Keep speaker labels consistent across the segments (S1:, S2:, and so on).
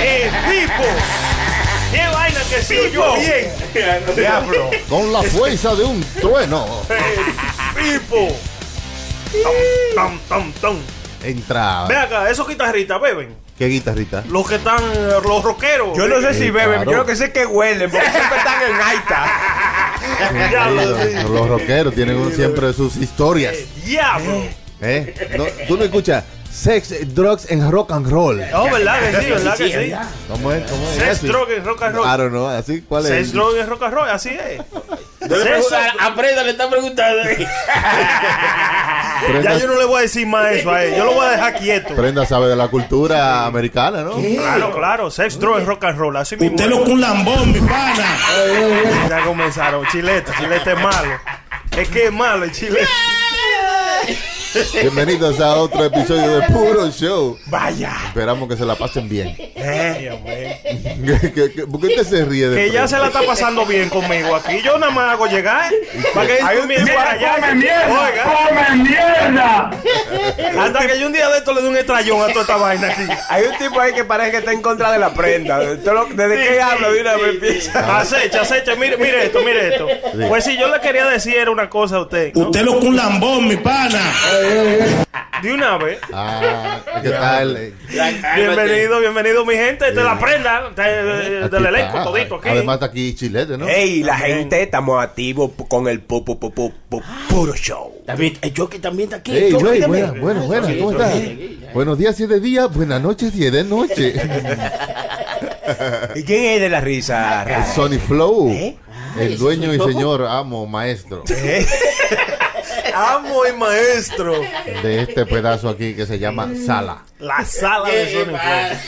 S1: El tipo. Qué vaina que se oyó bien.
S2: Diablo.
S3: Con la fuerza de un trueno
S1: El tipo. Tom, tom, tom, tom. Ve
S3: entra.
S1: acá, esos guitarristas beben.
S3: ¿Qué guitarrita?
S1: Los que están, eh, los rockeros.
S2: Yo no sé
S3: Sí,
S2: si beben,
S3: claro.
S2: yo lo que sé es que huelen, porque siempre están en gaita.
S1: Ya lo
S3: Sí,
S1: sé.
S3: Los rockeros tienen un- siempre sus historias.
S1: Eh, Diablo.
S3: ¿eh? No, Tú no escuchas sex, drugs and rock and roll.
S1: No, ¿verdad que sí? ¿Verdad que sí?
S3: ¿Cómo es? ¿Cómo es?
S1: Sex,
S3: eso?
S1: droga y rock and
S3: I
S1: roll.
S3: don't know. ¿Así? ¿Cuál es?
S1: Sex, droga y rock and roll, así es. Sex,
S4: A Preda le está preguntando.
S3: Prenda,
S1: Ya yo no le voy a decir más eso a él. Yo lo voy a dejar quieto.
S3: Prenda sabe de la cultura americana, ¿no?
S1: Claro, claro. Sex, droga y rock and roll. Así mismo.
S5: Usted lo que un lambón, mi pana.
S1: Ya comenzaron. Chilete, chilete es malo. Es que es malo el chilete.
S3: Bienvenidos a otro episodio de Puro Show.
S1: Vaya.
S3: Esperamos que se la pasen bien.
S1: Eh, hombre.
S3: ¿Qué- qué- qué- ¿Por qué usted se ríe de
S1: Que ya
S3: Prenda?
S1: se la está pasando bien conmigo aquí. Yo nada más hago llegar. Para que
S2: Hay
S1: tú
S2: un
S1: me
S2: tipo-
S1: allá.
S5: ¡Come mierda!
S1: Oiga,
S5: ¡Come mierda!
S1: hasta que yo un día de esto le dé un estrellón a toda esta vaina aquí.
S2: Hay un tipo ahí que parece que está en contra de la prenda. Todo lo- Desde
S1: Sí, sí,
S2: que hablo, de una
S1: sí,
S2: vez
S1: sí.
S2: empieza.
S1: Acecha, acecha, mire, mire esto, mire esto. Pues si yo le quería decir era una cosa a usted,
S3: Uh.
S1: ¿no?
S5: Usted lo que un lambón, mi pana.
S1: De una vez.
S3: Ah, ¿qué tal?
S1: Bienvenido, bienvenido, mi gente. De la prenda, de- de-
S3: Aquí
S1: del elenco
S3: está.
S1: todito aquí.
S3: Además está aquí Chilete, ¿no?
S2: Ey, la gente, estamos activos pu- con el pu- pu- pu- pu- pu- puro show.
S4: David, el Joker también está aquí.
S3: Ey,
S4: Joker
S3: güey,
S4: también.
S3: buenas, buenas, buenas, ¿cómo estás? Buenos días, siete días, buenas noches, diez de noche.
S2: ¿Y quién es de la risa?
S3: El
S2: Ra-
S3: Sony Flow,
S2: ¿Eh?
S3: el dueño y señor, amo, maestro
S2: ¿Eh?
S1: Amo y maestro.
S3: de este pedazo aquí que se
S1: Mm.
S3: llama Sala.
S1: La sala de
S4: Qué
S1: Sony Flow.
S4: padre.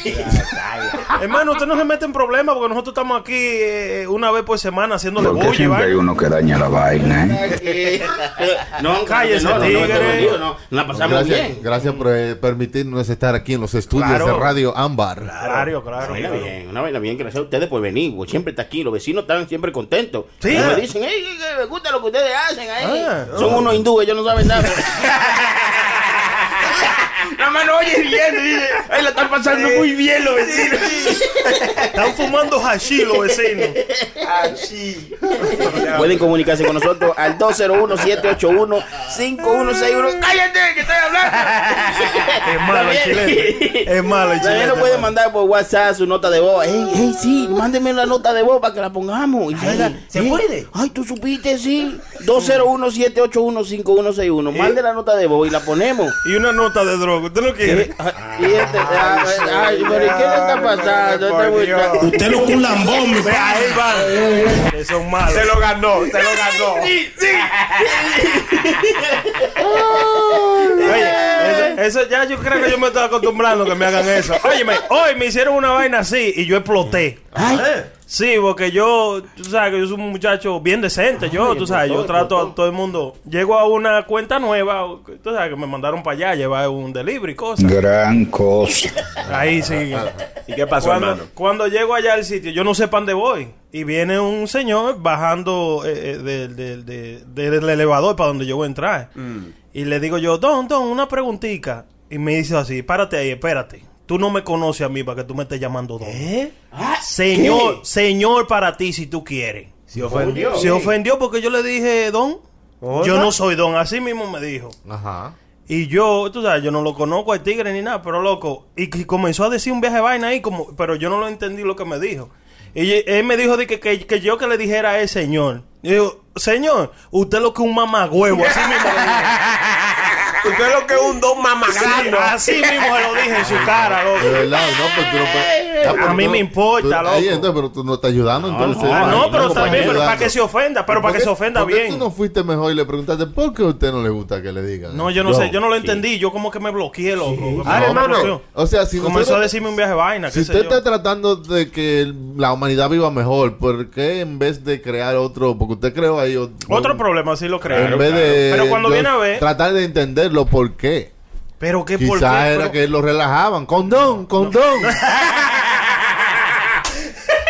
S1: Hermano, usted no se mete en problemas porque nosotros estamos aquí eh, una vez por semana haciéndole
S6: Porque
S1: bulla.
S6: siempre hay
S1: ¿vale?
S6: uno que daña la vaina, ¿eh?
S4: No,
S1: Cállese,
S4: cállese, no, no, no,
S1: tigre.
S4: te lo digo, no, la pasamos
S3: Gracias,
S4: bien.
S3: gracias por eh, permitirnos estar aquí en los estudios
S1: Claro.
S3: de Radio Ámbar.
S1: Claro, claro.
S4: Una vaina
S1: claro.
S4: bien, una vaina bien, gracias a ustedes por venir. güey. Siempre está aquí, los vecinos están siempre contentos.
S1: Sí.
S4: Y me dicen, "Ey, ey, ey, me gusta lo que ustedes hacen ahí.
S1: Ah.
S4: Son unos hindúes, ellos no saben nada. Nada más no oye riendo, dice, "Ay, la están pasando muy bien los vecinos.
S1: Están fumando hashi los vecinos.
S4: Pueden comunicarse con nosotros al 201-781-5161. ¡Cállate, que estoy hablando!
S1: Es malo el chilete. Es malo el
S4: También
S1: chilete.
S4: nos pueden mandar por WhatsApp su nota de voz. Ey, ey, sí, mándenme la nota de voz para que la pongamos. Y salga.
S2: ¿se
S4: Ey,
S2: puede?
S4: Ay, tú supiste, sí. 201-781-5161. Mande la nota de voz y la ponemos.
S1: Y una nota de droga. ¿Usted lo quiere?
S4: Eh, y este, ay, ay, pero ¿y ¿qué le está pasando?
S2: Por
S4: Este
S2: Dios.
S4: muchacho.
S5: Usted lo que un lambón, mi
S1: Ve,
S5: pana.
S1: ahí van. Que son malos.
S2: Se lo ganó, se lo ganó.
S1: Oye, eso, eso ya yo creo que yo me estoy acostumbrando que me hagan eso. Óyeme, hoy me hicieron una vaina así y yo exploté.
S4: Ay,
S2: Eh.
S1: Sí, porque yo, tú sabes que yo soy un muchacho bien decente. Yo, tú sabes, yo
S4: explotó,
S1: trato a
S4: explotó.
S1: todo el mundo. Llego a una cuenta nueva, o- tú sabes que me mandaron para allá, llevar un delivery y cosas.
S6: Gran cosa.
S1: Ahí sí.
S2: ¿Y qué pasó, hermano?
S1: Cuando, cuando llego allá al sitio, yo no sé para dónde voy. Y viene un señor bajando eh, eh, del, del- de- de- del elevador para donde yo voy a entrar.
S2: Mm.
S1: Y le digo yo, Don, Don, una preguntita. Y me dice así, párate ahí, espérate. Tú no me conoces a mí para que tú me estés llamando Don.
S4: ah,
S1: Señor, señor para ti si tú quieres.
S2: Se ofendió.
S1: Se ofendió porque yo le dije Don.
S2: Hola.
S1: Yo no soy Don, así mismo me dijo.
S3: Ajá.
S1: Y yo, tú sabes, yo no lo conozco al tigre ni nada, pero loco. Y que comenzó a decir un viaje de vaina ahí, como, pero yo no lo entendí lo que me dijo. Y e, él me dijo de que, que, que yo que le dijera es señor. Y yo, señor, usted lo que un mamagüevo, así mismo le dije.
S2: Usted lo que es un don
S1: Sí, ah.
S2: mamagrano.
S1: así mismo se lo dije en su cara,
S3: De
S1: loco.
S3: verdad, no, pues tú no puedes.
S1: A
S3: pero
S1: mí
S3: tú-
S1: me importa,
S3: tú- ahí,
S1: loco.
S3: entonces, pero tú no estás ayudando, entonces.
S1: Ah, no, pero también,
S3: ¿cómo estás
S1: pero para
S3: ayudando?
S1: que se ofenda, pero
S3: ¿Por
S1: para que
S3: qué-
S1: se ofenda
S3: por qué
S1: bien.
S3: tú no fuiste mejor y le preguntaste por qué a usted no le gusta que le digan?
S1: No, yo no sé, yo no lo entendí, yo como que me bloqueé, loco. Me
S3: Ah,
S1: bloqueó.
S3: hermano, o sea, si
S1: comenzó
S3: nosotros-
S1: a decirme un viaje de vaina,
S3: Si
S1: qué sé
S3: usted
S1: yo.
S3: está tratando de que la humanidad viva mejor, ¿por qué en vez de crear otro? Porque usted creó ahí ot-
S1: Otro problema, sí lo creo.
S3: En vez de
S1: Pero cuando
S3: de
S1: viene a ver,
S3: tratar de entenderlo, ¿por qué?
S1: pero qué por qué,
S3: Quizás era
S1: pero-
S3: que lo relajaban. Condón, condón.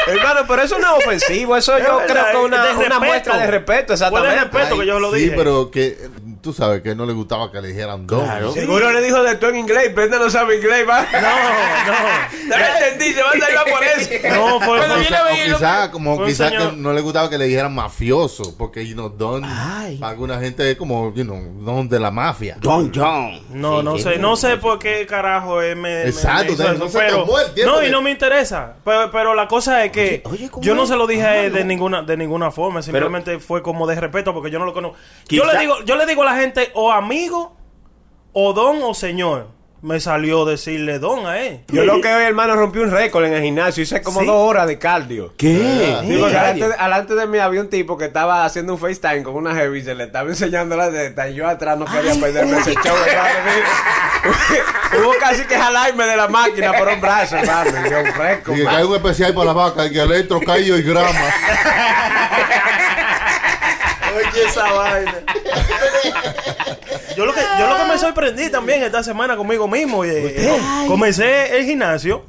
S2: Hermano, pero eso no es ofensivo. Eso yo
S1: Es
S2: creo
S1: verdad,
S2: que es una,
S1: de
S2: una
S1: respeto.
S2: muestra de respeto,
S1: Fue de
S2: exactamente.
S1: respeto que yo lo
S3: sí,
S1: dije.
S3: pero que tú sabes que no le gustaba que le dijeran don.
S4: Claro.
S2: Seguro le dijo de todo en inglés, pero él no sabe inglés, va.
S1: No,
S2: No lo entendí, se va a dar por eso.
S1: no, no fue,
S3: O
S1: fue-
S3: sea, o quizá, como
S1: fue un
S3: quizá
S1: señor-
S3: que no le gustaba que le dijeran mafioso, porque you know, don
S4: Ay.
S3: para alguna gente es como you know, don de la mafia.
S4: Don John.
S1: No, no sé, no sé por qué carajo él me- me.
S3: Exacto,
S1: me hizo
S3: o sea,
S1: eso,
S3: no se tomó el tiempo
S1: No, y
S3: de-
S1: no me interesa. Pero, pero la cosa es que
S4: Oye, oye, ¿cómo
S1: yo no
S4: es?
S1: se lo dije a él
S4: Ah,
S1: de
S4: no.
S1: ninguna de ninguna forma, simplemente fue como de respeto porque yo no lo conozco. Yo
S4: Quizá-
S1: le digo, yo le digo a la gente o amigo o don o señor. Me salió decirle don a él.
S2: Yo lo que hoy, hermano, rompí un récord en el gimnasio. Hice como
S1: ¿Sí?
S2: dos horas de cardio.
S4: ¿Qué?
S2: Sí, porque alante, alante de mí había un tipo que estaba haciendo un FaceTime con una heavy, se le estaba enseñando la teta y yo atrás no quería perderme ese show, hermano. mira. Hubo casi que jalarme de la máquina por un brazo, hermano. y Yo fresco,
S3: Y que
S2: man.
S3: hay un especial para la vaca, y que electro, callo y grama.
S2: Oye, esa vaina.
S1: Yo lo que, yo lo que me sorprendí también esta semana conmigo mismo. y, eh, com- comencé el gimnasio.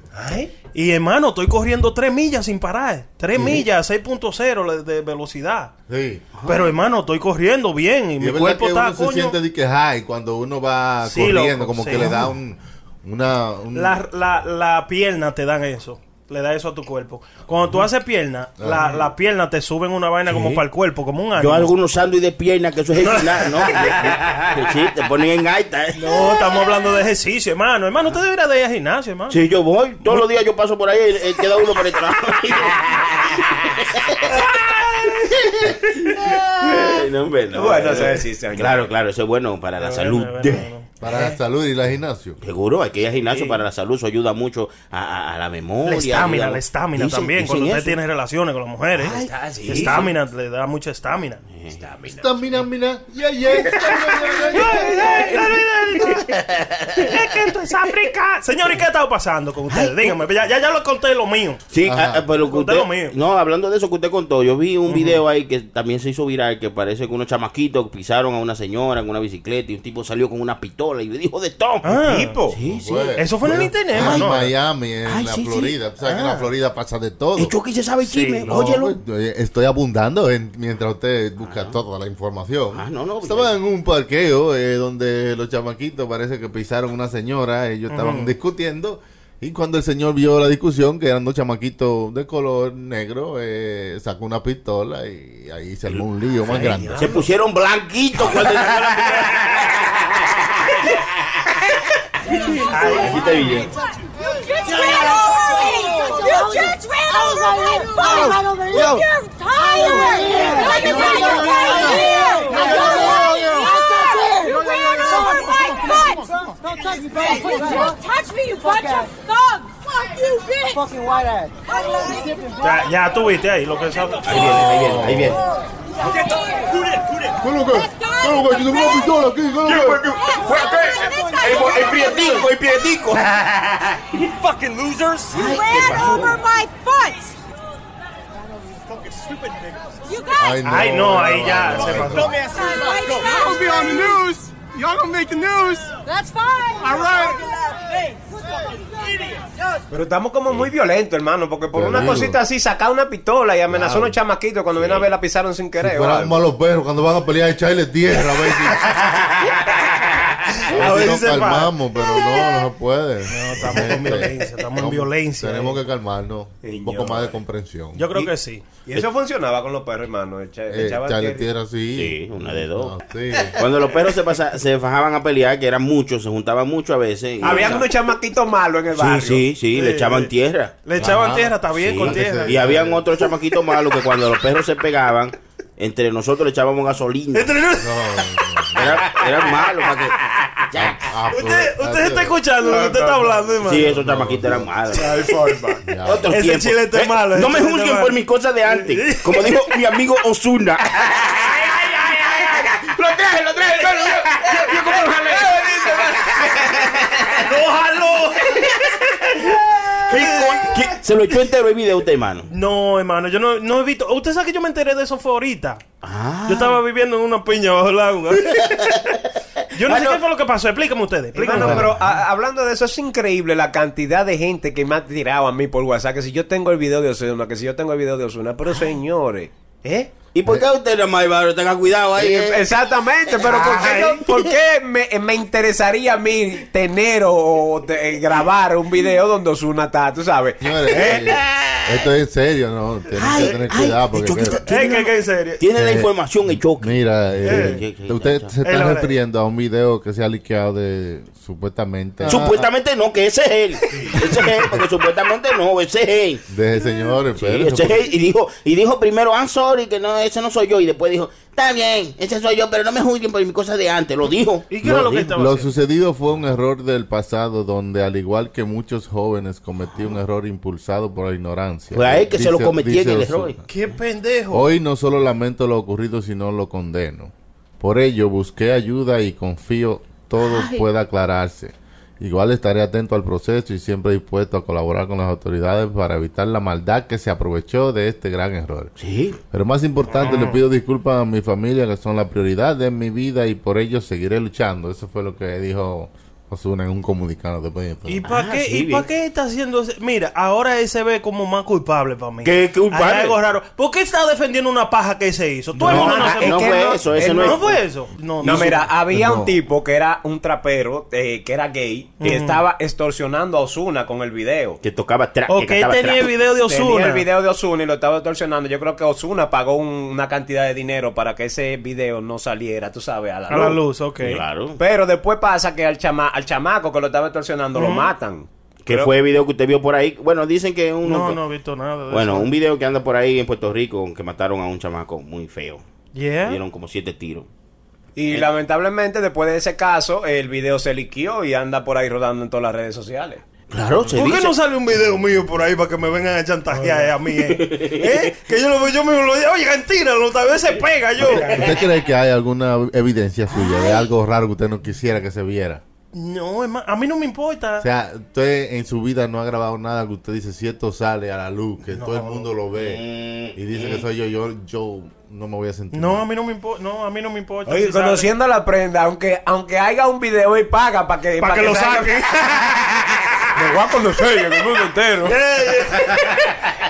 S1: Y hermano, estoy corriendo 3 millas sin parar. 3 millas, 6.0 de, de velocidad.
S3: Sí.
S1: Pero hermano, estoy corriendo bien y,
S3: Y
S1: mi
S3: es verdad
S1: cuerpo
S3: que
S1: está
S3: uno se
S1: coño.
S3: siente de que high cuando uno va
S1: Sí,
S3: corriendo,
S1: loco,
S3: como
S1: sí.
S3: que le da un, una... un-
S1: La, la, la pierna te dan eso. Le da eso a tu cuerpo. Cuando tú haces pierna, la, la pierna te suben una vaina como para el cuerpo, como un
S4: Yo
S1: ánimo.
S4: algunos sándwiches de pierna que eso es el final, ¿no? Que- que- que sí, te ponen en gaita. ¿eh?
S1: No, Oh, estamos hablando de ejercicio, hermano. Hermano,
S3: Ah.
S1: usted debería de ir al gimnasio, hermano.
S4: Sí, yo voy. Todos los días yo paso por ahí, él- él queda uno por el trabajo. Ay, no, hombre, no. eh.
S2: Bueno, eso es, sí, señor.
S4: Claro, claro, eso es bueno para la
S1: Bueno,
S4: salud.
S1: bueno, bueno.
S3: Para la salud y la gimnasio.
S4: Seguro, hay que ir al gimnasio para la salud, eso ayuda mucho a, a- a la memoria.
S1: La estamina,
S4: ayuda-
S1: la estamina
S4: Dicen-
S1: también.
S4: dicen
S1: cuando usted
S4: eso.
S1: tiene relaciones con las mujeres.
S4: Ay, ah, sí.
S1: Estamina, le da mucha estamina.
S3: Estamina, mina, yeah, yeah. Estamina, yeah, yeah.
S1: es que esto es África. Señor, ¿y qué ha estado pasando con ustedes? Dígame, ya, ya, ya lo conté lo mío.
S4: Sí,
S3: Ajá.
S4: ah, ah, pero que
S1: Conté
S4: usted,
S1: lo mío.
S4: no, hablando de eso que usted contó, yo vi un video ahí que también se hizo viral que parece que unos chamaquitos pisaron a una señora en una bicicleta y un tipo salió con una pistola y dijo de todo.
S1: Ah.
S2: Tipo.
S4: Sí, sí.
S3: Pues,
S1: Eso fue en el
S3: bueno,
S1: internet,
S3: ah,
S1: mano.
S3: En Miami, en
S4: Ay,
S3: la
S4: sí, Ah. sí.
S3: Florida. Tú sabes que en la Florida pasa de todo.
S4: Y Chucky se sabe el chisme,
S1: Sí,
S3: No,
S4: óyelo.
S3: pues, eh, estoy abundando en- mientras usted busca toda la información.
S4: Ah, no, no,
S3: Estaba
S4: porque-
S3: en un parqueo eh, donde los chamaquitos parece que pisaron una señora, ellos estaban discutiendo. Y cuando el señor vio la discusión, que eran dos chamaquitos de color negro, eh, sacó una pistola y ahí se armó un lío más grande.
S4: Se pusieron blanquitos cuando sacó la
S7: ran over me! You just ran over me! Fine, right over you! You're tired! Let me tell you, you're tired! You ran over my butt! You just touched me, you bunch of thugs! Fuck you, bitch! Fucking white ass!
S1: Ya, ya tuviste ahí lo que sabe.
S4: Ahí viene, ahí viene.
S3: ¿Qué es lo que?
S7: Let's go.
S3: ¿Qué es lo que? Yo tengo una pistola aquí, ¿qué es lo que?
S7: Fue el prietico, el prietico. you fucking losers. You ran over my foot. You guys.
S1: Ay, no, ahí ya se pasó.
S7: Don't be on the news. Y'all gonna make the news. That's fine. All right.
S2: Pero estamos como muy violentos, hermano, porque por una
S3: Peligro.
S2: cosita así sacar una pistola y amenazar a unos chamaquitos cuando viene a ver la pisaron sin querer. o
S3: Fueran
S2: algo.
S3: malos perros cuando van a pelear echarle tierra a ver si, a ver si nos
S1: se para.
S3: calmamos, pero no, no se puede. No,
S1: estamos en violencia, estamos en violencia,
S3: Tenemos
S1: eh.
S3: que calmarnos, un poco
S2: Señor.
S3: más de comprensión.
S1: Yo creo que sí.
S2: Y eso funcionaba con los perros, hermano. echa-
S3: Eh,
S2: echaba
S3: echarle
S2: tierra.
S3: tierra sí.
S4: Sí, una de dos.
S3: No, sí.
S4: Cuando los perros se, pasa- se fajaban a pelear, que eran muchos, se juntaban mucho a veces. y-
S2: Había unos chamaquitos malos en el
S4: Sí,
S2: barrio.
S4: sí, sí, le
S1: Sí.
S4: echaban tierra.
S1: Le echaban
S3: Ajá.
S1: tierra, está bien
S4: Sí.
S1: con tierra.
S4: Y habían otros chamaquitos malos que cuando los perros se pegaban, entre nosotros le echábamos gasolina.
S1: Entre nos-
S3: No,
S4: Era- Eran malos para que. Ya.
S3: ah, pero-
S1: Usted, usted está escuchando lo que
S2: No,
S1: usted
S2: no,
S1: está
S2: no.
S1: hablando, hermano.
S4: Sí, esos chamaquitos eran malos.
S2: No hay forma.
S3: Ya.
S4: Otros
S1: Ese
S4: tiempos.
S1: chile está
S4: Eh,
S1: malo, ese
S4: No me
S1: chile está
S4: juzguen
S1: malo.
S4: por mis cosas de antes. Como dijo mi amigo Osuna. ¡Lo traje, lo traje! Yo, yo- yo como lo jalé.
S1: ¡No, jaló!
S4: ¿Qué- qué? Se lo echó entero el video usted, hermano.
S1: No, hermano, yo no, no he visto. Usted sabe que yo me enteré de eso fue ahorita.
S4: Ah.
S1: Yo estaba viviendo en una piña bajo el agua. yo no sé
S2: Bueno.
S1: qué fue lo que pasó. Explíqueme ustedes. Explíqueme.
S2: Hermano, pero a- hablando de eso, es increíble la cantidad de gente que me ha tirado a mí por WhatsApp. Que si yo tengo el video de Osuna, que si yo tengo el video de Osuna. Pero señores,
S1: ¿Eh?
S4: ¿Y por qué usted no más, Ibarra? Tenga cuidado ahí. eh.
S2: Exactamente, pero ¿por qué, no- por qué me, me interesaría a mí tener o, o te- eh, grabar un video donde Osuna está, tú sabes?
S3: Señores, eh, esto es en serio, ¿no? Tienen
S4: Ay,
S3: que tener
S4: ay,
S3: cuidado porque...
S4: esto que
S3: que-
S4: está-
S1: ¿Eh? ¿Qué, qué, en serio?
S4: Tiene la
S3: Eh,
S4: información el choque.
S3: Mira, eh,
S4: Eh.
S3: te- usted se
S1: Eh, la
S3: está
S1: verdad.
S3: refiriendo a un video que se ha liqueado de supuestamente
S4: Supuestamente no, que ese es él. Ese es él, porque supuestamente no, ese es él.
S3: de señores,
S4: Sí, ese es él. y dijo, y dijo primero, I'm sorry, que no, ese no soy yo. Y después dijo, está bien, ese soy yo, pero no me juzguen por mis cosas de antes. Lo dijo.
S1: ¿Y qué era lo que estaba
S3: Lo
S1: haciendo?
S3: sucedido fue un error del pasado donde al igual que muchos jóvenes cometí un error impulsado por la ignorancia.
S4: Fue a él que se lo
S3: Dice-
S4: cometí en
S3: dice
S4: el
S3: Ozuna.
S4: error.
S1: ¡Qué pendejo!
S3: Hoy no solo lamento lo ocurrido, sino lo condeno. Por ello busqué ayuda y confío todo pueda aclararse. Igual estaré atento al proceso y siempre dispuesto a colaborar con las autoridades para evitar la maldad que se aprovechó de este gran error.
S4: Sí.
S3: Pero más importante,
S1: Ah.
S3: le pido disculpas a mi familia, que son la prioridad de mi vida y por ello seguiré luchando. Eso fue lo que dijo Osuna en un comunicado después. de-
S1: ¿Y para
S4: Ah,
S1: qué,
S4: sí,
S1: ¿y
S4: bien.
S1: pa qué está haciendo ese- Mira, ahora él se ve como más culpable para mí.
S4: ¿Qué culpable?
S1: Hay algo raro. ¿Por qué está defendiendo una paja que se hizo? Todo el
S4: No,
S1: mundo no
S4: ah,
S1: se
S4: no
S1: ¿Qué
S4: fue eso, ese
S1: él
S4: no es-
S1: fue eso. No,
S2: No, mira, había
S3: No.
S2: un tipo que era un trapero, eh, que era gay, que estaba extorsionando a Osuna con el video.
S4: Que tocaba track.
S1: O que él tenía el video de
S2: Tenía
S1: Osuna.
S2: el video de Osuna y lo estaba extorsionando. Yo creo que Osuna pagó un- una cantidad de dinero para que ese video no saliera, tú sabes, a la
S1: A la luz, ok.
S4: Claro.
S2: Pero después pasa que al, chama al chamaco que lo estaba extorsionando lo matan.
S4: Que fue el video que usted vio por ahí. Bueno, dicen que un.
S1: No, no he visto nada de
S4: Bueno,
S1: eso.
S4: un video que anda por ahí en Puerto Rico que mataron a un chamaco muy feo.
S1: Yeah.
S4: Dieron como siete tiros.
S2: Y lamentablemente después de ese caso, el video se liqueó y anda por ahí rodando en todas las redes sociales.
S4: Claro, se
S1: ¿Por qué
S4: dice.
S1: no sale un video mío por ahí para que me vengan a chantajear a mí? eh? ¿Eh? Que yo lo veo, yo mismo lo digo, oigan, tíralo, tal vez se pega yo.
S3: ¿Usted cree que hay alguna evidencia suya de algo raro que usted no quisiera que se viera?
S1: No, hermano, a mí no me importa.
S3: O sea, usted en su vida no ha grabado nada que usted dice, si esto sale a la luz, que todo el mundo lo ve y dice que soy yo, yo, yo no me voy a sentir.
S1: no, a
S3: mal.
S1: mí no me importa. No, a mí no me importa.
S2: Oye,
S1: si sale.
S2: conociendo a la prenda, aunque, aunque haya un video y paga para que,
S1: Para que lo
S2: salga-
S1: saquen.
S2: Me voy a conocer en el mundo entero.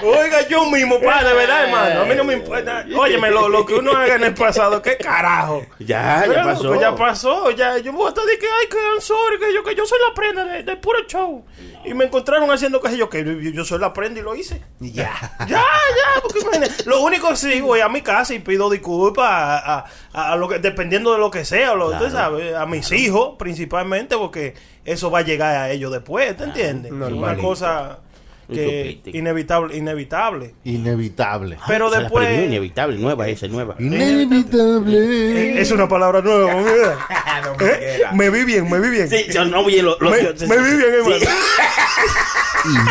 S1: Oiga, yo mismo, padre, ¿verdad, hermano? A mí no me importa. Óyeme, lo, lo que uno haga en el pasado, ¿qué carajo?
S4: Ah, Ya, ya
S1: Pero,
S4: pasó.
S1: pues, ya pasó, ya. Yo voy a estar de que, ay, que I'm sorry, que yo, que yo soy la prenda de- del puro show. Y me encontraron haciendo que yo, que yo, yo soy la prenda y lo hice.
S2: Ya.
S1: Ya, ya, porque imagínate. Lo único que sí, voy a mi casa y pido disculpas a, a- a lo que, dependiendo de lo que sea, lo, tú sabes, a mis hijos principalmente, porque eso va a llegar a ellos después, ¿te entiendes? Es una
S2: Normalito.
S1: cosa
S4: Un
S1: que
S4: chupete.
S1: inevitable, inevitable.
S3: Inevitable.
S1: Pero
S4: Se la
S1: después.
S4: aprendió inevitable, nueva esa, nueva.
S3: Inevitable.
S1: Eh, Es una palabra nueva, mira. ¿Eh?
S2: No me quiera.
S1: Me vi bien, me vi bien.
S4: Sí, yo no oye lo, lo-
S1: Me-
S4: yo-
S1: me vi bien, hermano.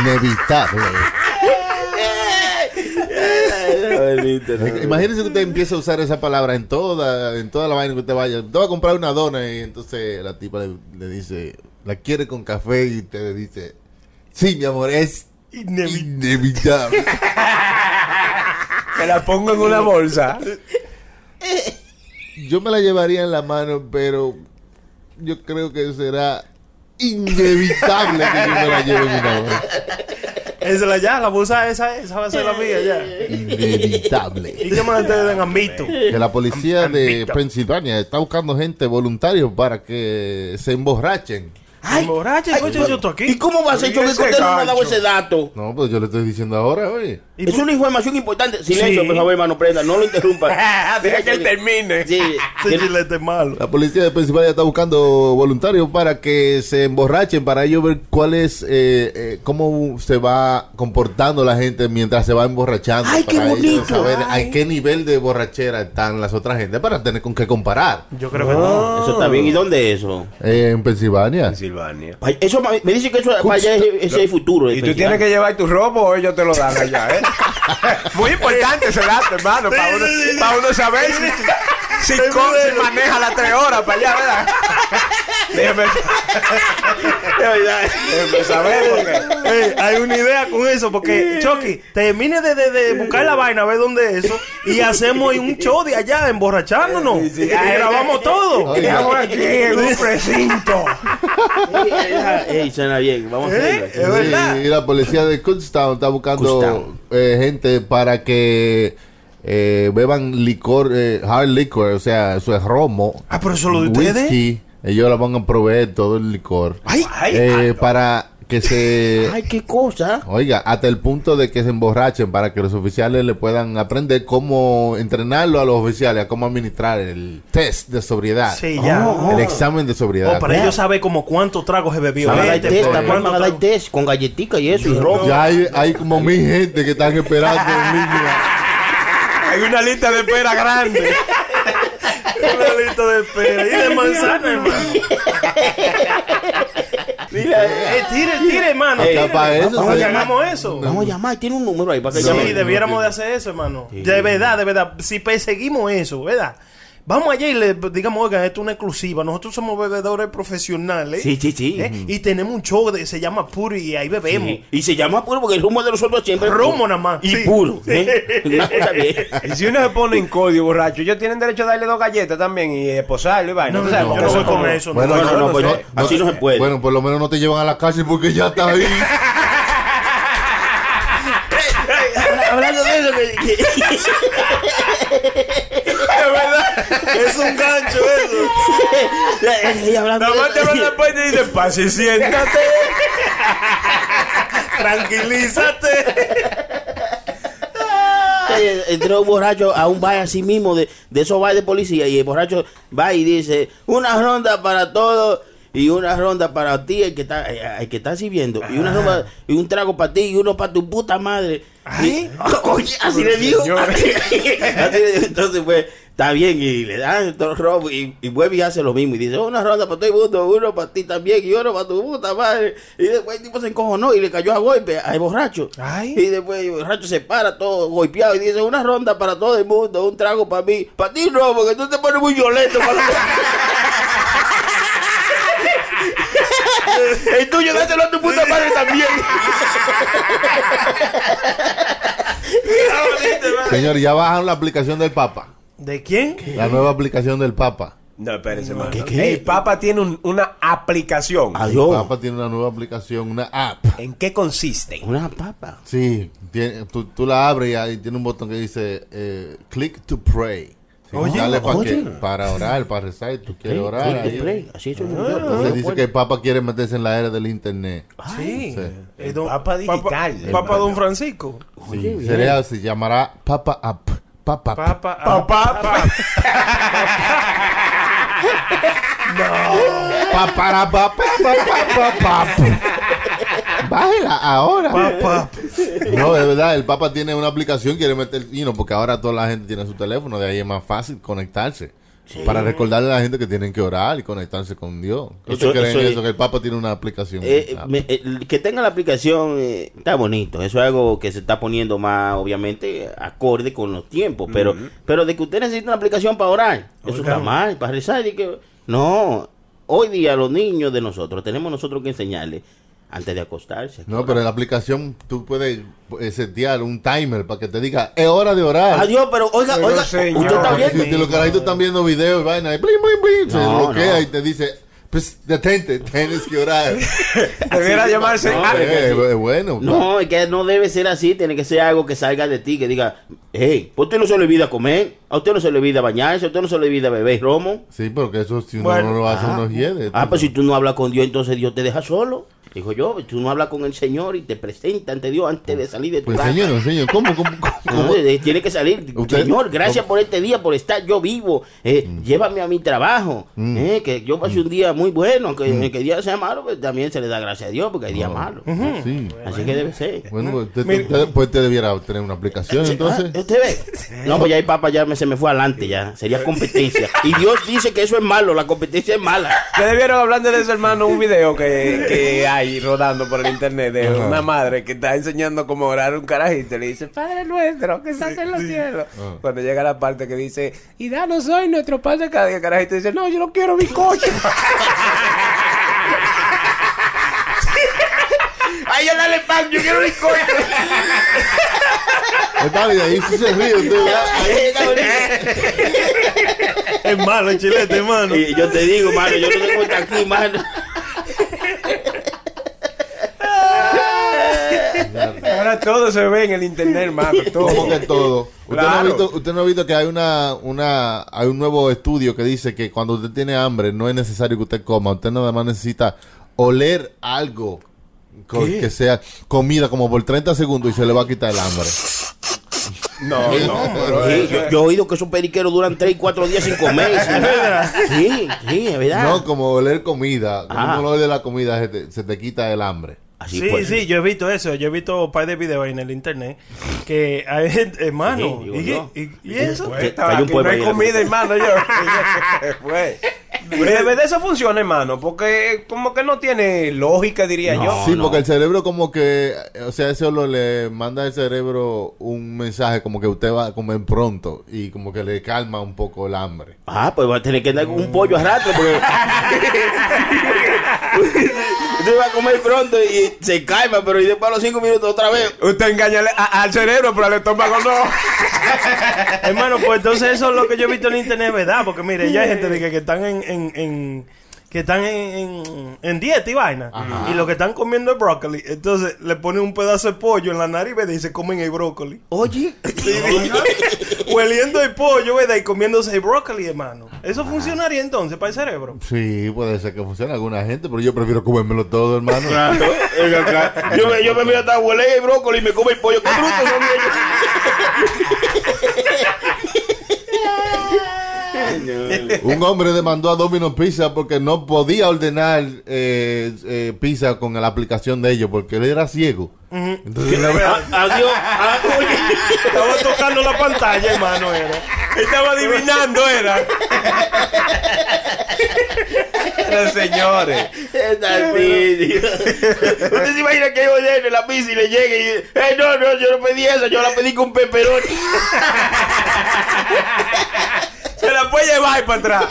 S3: Inevitable.
S4: eh,
S3: Imagínense Eh, que usted empieza a usar esa palabra en toda, en toda la vaina que usted vaya. Usted va a comprar una dona y entonces la tipa le, le dice, la quiere con café y usted le dice, sí, mi amor, es
S1: Inevi-
S3: inevitable.
S2: Te la pongo en una bolsa.
S3: Yo me la llevaría en la mano, pero yo creo que será inevitable que yo me la lleve en una mano.
S1: Esa la ya, la bolsa esa, esa va a ser la mía ya. ¿Y
S3: Inevitable.
S1: qué más ustedes dan a mito?
S3: Que la policía de Pensilvania está buscando gente voluntaria para que se emborrachen.
S4: Ay,
S1: Borracho,
S4: ay,
S1: coño, yo estoy aquí.
S4: ¿Y cómo va a ser yo que
S2: Ese
S4: usted no me ha dado
S2: gancho.
S4: ese dato?
S3: No, pues yo le estoy diciendo ahora, oye.
S1: ¿Y
S4: Es
S1: por-
S4: una información importante. Silencio,
S1: Sí.
S4: por favor, hermano Prenda, no lo interrumpa.
S2: Ah, Deja que él termine.
S4: Sí,
S1: Ese chilete es malo.
S3: La policía de Pensilvania está buscando voluntarios para que se emborrachen, para ellos ver cuál es, eh, eh, cómo se va comportando la gente mientras se va emborrachando.
S4: Ay, qué
S3: para ellos
S4: bonito.
S3: saber
S4: Ay.
S3: a qué nivel de borrachera están las otras gente para tener con qué comparar.
S1: Yo creo que no.
S4: eso está bien. ¿Y dónde es eso?
S3: Eh, en Pensilvania.
S2: Pensilvania.
S4: Ay, Eso ma- me dice que eso para allá es, ese es el futuro. este,
S2: Y tú tienes que llevar tu ropa o ellos te lo dan allá, ¿eh? Muy importante ese dato, hermano, para uno, pa' uno saber si, si, co- si maneja las tres horas para allá, ¿verdad? Déjeme, déjeme saber porque...
S1: Ey, hay una idea con eso, porque Chucky, termine de, de- de buscar la vaina, a ver dónde es eso, y hacemos un show de allá, emborrachándonos.
S2: Sí, sí.
S1: Y grabamos todo.
S3: Oiga.
S2: Estamos aquí en un precinto.
S4: Ey, suena bien. Vamos a
S1: ¿Eh?
S4: hacerlo.
S1: Es verdad.
S3: Sí, y la policía de Kutztown está buscando
S4: Kutztown.
S3: eh, gente para que eh, beban licor, eh, hard liquor, o sea, eso es romo.
S1: Ah, pero eso lo de ustedes.
S3: whisky, ellos la van a proveer todo el licor.
S1: Ay, ay,
S3: Eh, para que se...
S4: Ay, qué cosa.
S3: Oiga, hasta el punto de que se emborrachen para que los oficiales le puedan aprender cómo entrenarlo a los oficiales, a cómo administrar el test de sobriedad. Oh,
S1: Sí, ya.
S3: El examen de sobriedad.
S1: Oh, para ellos saber como cuántos tragos se bebió.
S4: Van a dar
S1: este,
S4: test,
S1: por
S4: también
S1: cuánto
S4: van a dar
S1: trago.
S4: test con galletitas y eso, y ropa.
S3: Ya hay, hay como mil gente que están esperando en línea.
S2: Hay una lista de espera grande.
S1: Un palito de pera y de manzana, hermano. Eh, tire, tire, hermano.
S4: Ey,
S1: tire.
S3: para eso
S1: ¿Cómo
S3: se-
S1: llamamos eso?
S4: Vamos a llamar, tiene un número ahí para que
S1: Sí,
S4: llame.
S1: debiéramos de hacer eso, hermano. De verdad, de verdad. Si perseguimos eso, ¿verdad? Vamos allá y le digamos, oigan, esto es una exclusiva. Nosotros somos bebedores profesionales.
S4: Sí, sí, sí.
S1: ¿eh? Y tenemos un show de se llama Puri y ahí bebemos.
S4: Sí, Y se llama puro porque el humo de nosotros siempre es
S1: Romo
S4: puro.
S1: nada más.
S4: Y
S1: Sí.
S4: puro. ¿eh? Una cosa bien.
S2: Y si uno se pone en código, borracho, ellos tienen derecho a darle dos galletas también y esposarlo y vaina.
S1: No,
S2: ¿Tú sabes?
S1: no,
S2: Porque
S1: yo no
S2: eso
S1: voy
S2: es
S1: con
S2: como-
S1: eso.
S4: Bueno, no, no, pues,
S3: sé.
S4: así no se puede.
S3: Bueno, por lo menos no te llevan a la cárcel porque ya está ahí.
S4: Habla- Hablando de eso, que- que-
S1: Es un gancho eso.
S4: y hablando
S2: Nada
S4: de-
S2: más te van a puerta y dicen, pase y siéntate.
S1: Tranquilízate.
S4: Eh, entró un borracho a un bar así mismo, de, de esos bar de policía, y el borracho va y dice, una ronda para todos y una ronda para ti, el que está, eh, el que está sirviendo, y una ronda, y un trago para ti y uno para tu puta madre. Y- oye, así le dijo. Así, le dijo. Entonces, pues, está bien, y le dan todo el robo, y, y vuelve y hace lo mismo, y dice, una ronda para todo el mundo, uno para ti también, y uno para tu puta madre. Y después el tipo se encojonó y le cayó a golpe al borracho.
S1: Ay.
S4: Y después el borracho se para todo golpeado y dice una ronda para todo el mundo, un trago para mí. Para ti no, porque tú te pones muy violento. para- el tuyo dáselo a tu puta madre también.
S3: Señor, ya bajaron la aplicación del Papa.
S1: ¿De quién?
S3: La nueva aplicación del Papa.
S2: No, espérense, hermano.
S4: ¿Qué, qué?
S2: El Papa tiene un- una aplicación.
S3: El
S4: Adiós.
S3: Papa tiene una nueva aplicación, una app.
S2: ¿En qué consiste?
S4: Una papa.
S3: Sí, tiene- tú, tú la abres y ahí tiene un botón que dice eh, click to pray. Sí,
S1: Oye,
S3: dale pa'
S4: oye.
S3: que- para orar, para rezar, tú quieres orar.
S4: Play,
S3: ahí.
S4: play, play. Así es, yo-
S3: Entonces
S4: yo-
S3: dice que el Papa quiere meterse en la era del internet.
S1: Sí.
S3: Sí.
S1: Eh, don-
S2: Papa digital.
S1: Papa, Papa Don Francisco.
S3: Sí, sería- se llamará Papa App. Papa App.
S1: Papa.
S3: Papara, pa, pa, pa, pa, pa, pa. Bájela ahora.
S1: Papa.
S3: No, de verdad, el Papa tiene una aplicación, quiere meter, you know, porque ahora toda la gente tiene su teléfono, de ahí es más fácil conectarse. Para recordarle a la gente que tienen que orar y conectarse con Dios. ¿No
S4: Eso-
S3: te creen
S4: eso
S3: eso,
S4: es-
S3: que el Papa tiene una aplicación?
S4: Eh,
S3: Ah.
S4: me- el que tenga la aplicación eh, está bonito. Eso es algo que se está poniendo más, obviamente, acorde con los tiempos. Pero, pero de que usted necesita una aplicación para orar, eso está mal, para rezar. Y que, no, hoy día los niños de nosotros tenemos nosotros que enseñarles antes de acostarse.
S3: no, pero en la aplicación tú puedes eh, setear un timer para que te diga, es hora de orar.
S4: Adiós, pero oiga,
S2: Pero,
S4: oiga,
S2: señor.
S4: usted está
S3: Porque
S4: bien.
S3: si te- los carajitos están viendo videos y vaina, y bling, bling, bling, se
S4: No,
S3: bloquea
S4: no.
S3: y te dice, pues detente, tienes que orar.
S2: Debiera llamarse.
S4: no,
S2: ah,
S4: pero-
S3: Eh, eh, bueno,
S4: No, es que no debe ser así, tiene que ser algo que salga de ti, que diga, hey, a usted no se le olvida comer, a usted no se le olvida bañarse, a usted no se le olvida beber romo.
S3: Sí, porque eso si uno
S1: Bueno,
S3: no lo hace,
S4: ah,
S3: uno hiede.
S4: Ah, pues si tú no hablas con Dios, entonces Dios te deja solo. Dijo yo, tú no hablas con el Señor y te presenta ante Dios antes de salir de tu
S3: Pues
S4: casa.
S3: señor, señor, ¿cómo, cómo, cómo,
S4: No,
S3: cómo?
S4: eh, tiene que salir.
S3: Usted- Mm.
S4: Señor, gracias por este día, por estar yo vivo. Eh, Llévame a mi trabajo. Eh, que yo pasé un día muy bueno. Aunque
S3: Mm.
S4: que el día sea malo, pues también se le da gracias a Dios porque hay días malos.
S3: Ah, pues Sí.
S4: Así que debe ser.
S3: Bueno, pues usted, usted- pues usted debiera tener una aplicación, entonces.
S4: Ah, ¿Usted ve? No, pues ya el papa ya me- se me fue adelante ya. Sería competencia. Y Dios dice que eso es malo, la competencia es mala.
S2: Te debieron hablando de eso, hermano, un video que, que hay rodando por el internet de una madre que está enseñando cómo orar a un carajito. y Le dice, Padre nuestro, que estás en los cielos. Cuando llega la parte que dice, y danos hoy nuestro pan de cada día, el carajito dice, no, yo no quiero mi coche.
S4: Ay, ya dale pan, yo quiero licor.
S3: Está bien, ahí sí se ríe usted, ¿verdad?
S1: Es malo el chilete, hermano.
S4: Y yo te digo, mano, yo no tengo está aquí, mano.
S2: Ahora todo se ve en el internet, hermano.
S3: Como
S2: Todo.
S3: que todo. Usted, no ha
S2: Claro.
S3: visto, usted no ha visto que hay una, una, hay un nuevo estudio que dice que cuando usted tiene hambre no es necesario que usted coma. Usted nada más necesita oler algo co- que sea comida como por 30 segundos y se le va a quitar el hambre.
S2: No, no, pero
S4: Sí,
S2: eso
S4: yo,
S2: es-
S4: yo he oído que esos periqueros duran 3 y 4 días sin comer. sin nada. Sí, sí, es verdad.
S3: No, como oler comida. Cuando
S4: Ah.
S3: uno oler la comida se te, se te quita el hambre.
S4: Así
S1: Sí,
S4: pues.
S1: sí, yo he visto eso. Yo he visto un par de videos en el internet que hay gente, hermano.
S4: Sí, digo
S1: ¿y,
S4: yo.
S1: y- y eso?
S2: Pues,
S4: Que-
S2: estaba
S4: cayó un
S2: aquí,
S4: pueblo
S2: no hay
S4: ahí en la
S2: comida,
S4: punta.
S2: hermano. Yo. Pues, pero de verdad eso funciona, hermano. Porque como que no tiene lógica, diría
S4: No.
S2: yo.
S3: sí,
S4: no.
S3: porque el cerebro como que, eh, o sea, eso lo le manda al cerebro un mensaje como que usted va a comer pronto y como que le calma un poco el hambre.
S4: Ah, pues va a tener que andar con un pollo a rato porque. Usted va a comer pronto y se calma, pero y después a los 5 minutos otra vez.
S2: Usted engaña al- a- al cerebro, pero al estómago no.
S1: Hermano, pues entonces eso es lo que yo he visto en internet, ¿verdad? Porque mire, ya hay gente de que, que están en, en- en- que están en, en- en dieta y vaina. Y lo que están comiendo es brócoli. Entonces le ponen un pedazo de pollo en la nariz ¿verdad? y se comen el brócoli.
S4: Oye.
S1: Hueliendo el pollo, ¿verdad? Y comiéndose el brócoli, hermano. Eso
S4: Ah.
S1: funcionaría entonces para el cerebro.
S3: Sí, puede ser que funcione a alguna gente, pero yo prefiero comérmelo todo, hermano.
S4: Claro, ven acá. Yo me, yo me miro hasta huele el brócoli y me come el pollo. ¡Qué brutos son ellos!
S3: Un hombre demandó a Domino's Pizza porque no podía ordenar eh, eh, pizza con la aplicación de ellos porque él era ciego. Entonces, le-
S4: A- Adiós. Ah, oye.
S1: Estaba tocando la pantalla, hermano, era.
S2: Estaba adivinando, era. Pero señores,
S4: Esta pizza. ¿Usted se imagina que yo ordeno la pizza y le llegue y dice, "Eh, no, no, yo no pedí eso, yo la pedí con peperón.
S2: se la puede llevar para atrás.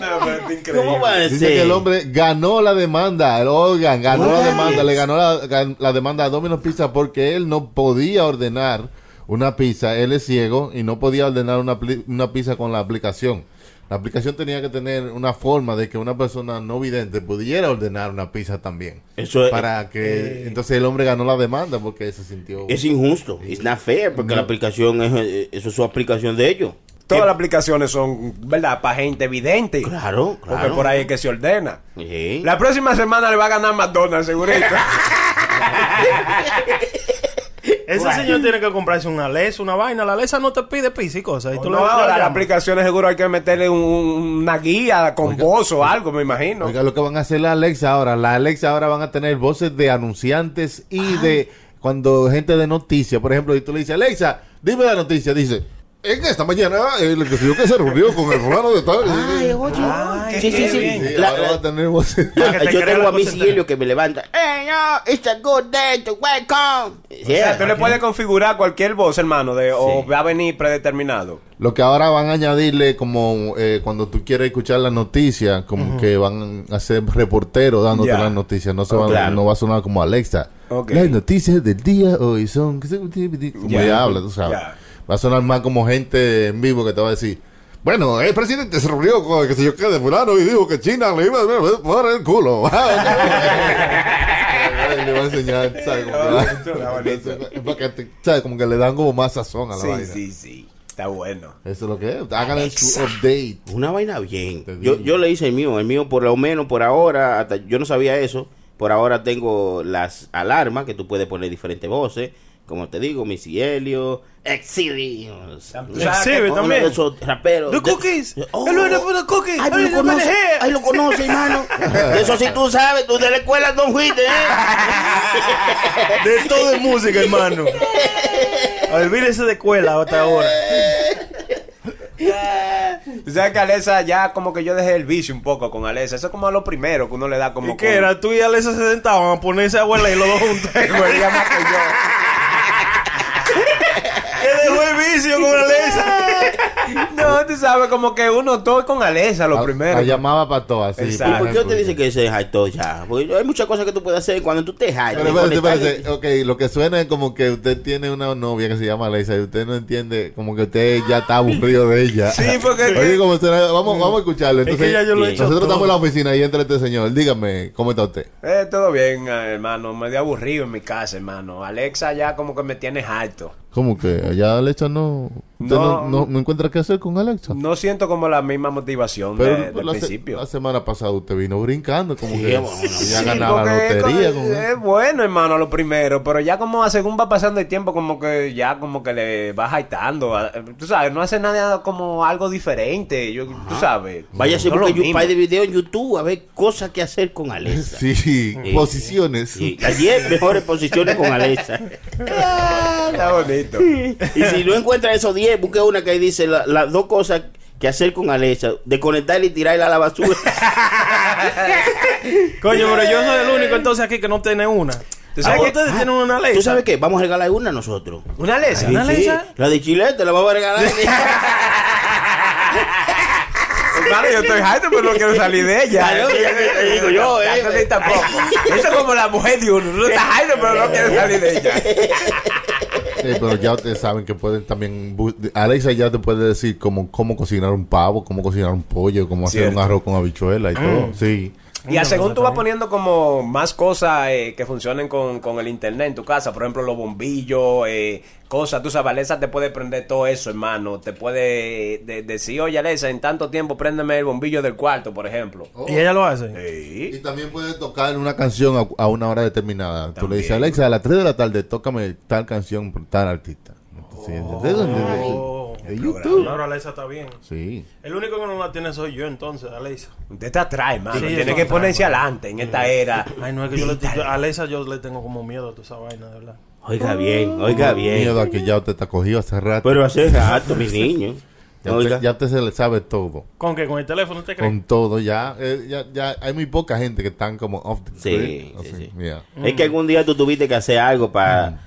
S2: No, pero es increíble.
S4: ¿Cómo va a
S3: Dice
S4: ser?
S3: que el hombre ganó la demanda, el Organ ganó la
S4: What?
S3: demanda, le ganó la, gan- la demanda a Domino's Pizza porque él no podía ordenar una pizza, él es ciego y no podía ordenar una, pli- una pizza con la aplicación. La aplicación tenía que tener una forma de que una persona no vidente pudiera ordenar una pizza también.
S4: Eso es-
S3: Para que entonces el hombre ganó la demanda porque se sintió
S4: Es injusto. It's not fair porque
S3: No.
S4: la aplicación es, eh, eso es su aplicación de ellos.
S2: Todas las aplicaciones son, ¿verdad? Para gente evidente.
S4: Claro,
S2: Porque
S4: claro.
S2: por ahí es que se ordena.
S4: Sí.
S2: La próxima semana le va a ganar McDonald's, segurito.
S1: Ese señor tiene que comprarse una lesa, una vaina. La lesa no te pide pizza y cosas. Y tú
S2: Pues no,
S1: le- le
S2: ahora las
S1: llamas.
S2: aplicaciones seguro hay que meterle un- una guía con voz o algo, me imagino.
S3: Oiga, lo que van a hacer la Alexa ahora. La Alexa ahora van a tener voces de anunciantes y de cuando gente de noticias. Por ejemplo, y tú le dices, Alexa, dime la noticia. Dice, en esta mañana el yo que se reunió con el fulano de tal.
S1: Ay,
S4: Sí,
S1: qué
S4: sí, sí.
S1: bien.
S3: Sí,
S4: La-
S3: ahora
S4: la-
S3: va a tener voces.
S1: Para que te
S4: Ah, yo
S1: crea
S4: tengo
S1: la
S4: a Miss
S1: porcentaje.
S4: Helio que me levanta. Hey, yo, it's a good day to welcome.
S2: O
S4: Yeah.
S2: sea, tú le puedes configurar cualquier voz, hermano, de, o va a venir predeterminado.
S3: Lo que ahora van a añadirle como eh, cuando tú quieres escuchar las noticias, como que van a ser reporteros dándote
S2: Ya.
S3: las noticias. No se van,
S4: Claro.
S3: no va a sonar como Alexa.
S2: Ok.
S3: Las noticias del día hoy son como
S2: Ya.
S3: ella habla, tú sabes.
S2: Ya.
S3: Va a sonar más como gente en vivo que te va a decir. Bueno, el presidente se reunió con el que se yo qué de fulano y dijo que China le iba a por el culo. le va a enseñar, ¿sabes? Como que-
S2: Está bonito.
S3: Es para que te- ¿sabes? Como que le dan como más sazón a la
S2: Sí,
S3: vaina.
S2: sí, sí. Está bueno.
S3: Eso es lo que es. Háganle su update.
S4: Una vaina bien.
S3: Te digo.
S4: Yo, yo le hice el mío, el mío por lo menos por ahora, hasta, yo no sabía eso. Por ahora tengo las alarmas que tú puedes poner diferentes voces. Como te digo, Missy Helio, Exilios.
S1: Exhibit también.
S4: esos raperos.
S1: The
S4: De-
S1: Cookies.
S4: Oh.
S1: El lunes por The Cookies.
S4: Ay, pero
S1: El
S4: lo conoce,
S1: PNG.
S4: ay, lo conoce, hermano. De Eso sí tú sabes, tú de la escuela no fuiste, ¿eh?
S1: De todo es música, hermano. Olvídese de escuela hasta ahora.
S2: Tú sabes que Alexa ya como que yo dejé el vicio un poco con Alexa. Eso es como a lo primero que uno le da como...
S1: ¿Y qué era? Tú y Alexa se sentaban a ponerse a huele y los dos juntos.
S2: con- Huelía más que yo.
S1: Él dejó el vicio con Alexa.
S2: No, tú sabes, como que uno todo es con Alesa lo
S3: La-
S2: primero.
S3: Ah, La llamaba para todas. Sí,
S2: Exacto.
S4: ¿Por qué usted dice que se jactó ya? Porque hay muchas cosas que tú puedes hacer cuando tú te jactas.
S3: Pero espérate,
S4: Conectar-
S3: espérate. Ok, lo que suena es como que usted tiene una novia que se llama Leisa y usted no entiende, como que usted ya está aburrido de ella.
S2: Sí, porque-
S3: Oye, como suena, vamos, vamos a escucharlo. Entonces,
S1: que ya yo lo he hecho
S3: nosotros
S1: todo.
S3: estamos en la oficina y entra este señor. Dígame, ¿cómo está usted?
S2: Eh, todo bien, eh, hermano. Medio aburrido en mi casa, hermano. Alexa ya como que me tiene harto.
S3: ¿Cómo que allá Alexa no... Usted no,
S2: No.
S3: no, no encuentra qué hacer con Alexa?
S2: No siento como la misma motivación
S3: Pero
S2: de-
S3: pues,
S2: del
S3: la, se-
S2: principio.
S3: la semana pasada usted vino brincando, como
S4: Sí,
S3: que
S4: bueno,
S3: ya
S2: Sí,
S3: ganaba la
S2: porque es
S3: lotería.
S2: co-
S3: con-
S2: es bueno, hermano, lo primero. Pero ya como a- según va pasando el tiempo, como que ya como que le va jaitando. a- Tú sabes, no hace nada como algo diferente. Yo, tú sabes.
S4: Vaya a ser
S2: No lo
S4: porque yo
S2: mismo.
S4: de video en YouTube a ver cosas que hacer con Alexa.
S3: Sí, posiciones.
S4: Sí, las 10 mejores posiciones con Alexa.
S2: Ah, Está bonito.
S4: Y si no encuentra esos 10, busque una que dice la- las dos cosas que hacer con Alexa: desconectar y tirarla a la basura.
S1: Coño, pero yo soy el único entonces aquí que no tiene una. ¿Tú sabes
S2: Ah,
S1: que ustedes tienen una ley?
S4: ¿Tú sabes qué? Vamos a regalar una a nosotros.
S2: Una Alexa.
S1: ¿Una
S4: Sí,
S1: Alexa?
S4: la de Chilete la vamos a regalar.
S2: Claro, yo estoy harto, pero no quiero salir de ella.
S4: Claro, ya que te digo yo, eh.
S2: Tanto ni tampoco. Eso es como la mujer de uno. No estás harto, pero no quieres salir de ella.
S3: Sí, pero ya ustedes saben que pueden también. bu- Alexa ya te puede decir cómo, cómo cocinar un pavo, cómo cocinar un pollo, cómo hacer
S2: Cierto.
S3: un arroz con habichuela y todo. Sí.
S2: Y a según tú vas poniendo como más cosas eh, que funcionen con, con el internet en tu casa, por ejemplo, los bombillos, eh, cosas, tú sabes, Alexa te puede prender todo eso, hermano. Te puede eh, de- decir, oye, Alexa, en tanto tiempo préndeme el bombillo del cuarto, por ejemplo.
S1: Y ella lo hace.
S2: Sí.
S3: Y también puedes tocar una canción a, a una hora determinada. Tú le dices, Alexa, a las 3 de la tarde, tócame tal canción por tal artista. Entonces, ¿de dónde? De-
S1: Oh.
S3: De, YouTube.
S1: Ahora Alexa está bien.
S3: Sí.
S1: El único que no la tiene soy yo entonces, Alexa.
S2: Usted te atrae, hermano.
S1: Sí,
S2: Tiene
S1: eso
S2: que
S1: atrae,
S2: ponerse
S1: mano.
S2: adelante en esta era.
S1: Ay, no es que yo le yo- a Alexa yo le tengo como miedo a toda esa vaina, de verdad.
S4: oiga
S3: Oh,
S4: bien, oiga bien.
S3: Miedo a que ya usted está cogido hace rato.
S4: Pero hace rato, mi niño.
S3: ya,
S4: Oiga.
S3: usted, ya usted se le sabe todo.
S1: ¿Con qué? ¿Con el teléfono te crees?
S3: Con todo, ya, eh, ya, ya hay muy poca gente que están como off the
S4: Sí,
S3: grid,
S4: sí,
S3: así,
S4: sí.
S3: yeah.
S4: Es que algún día tú tuviste que hacer algo para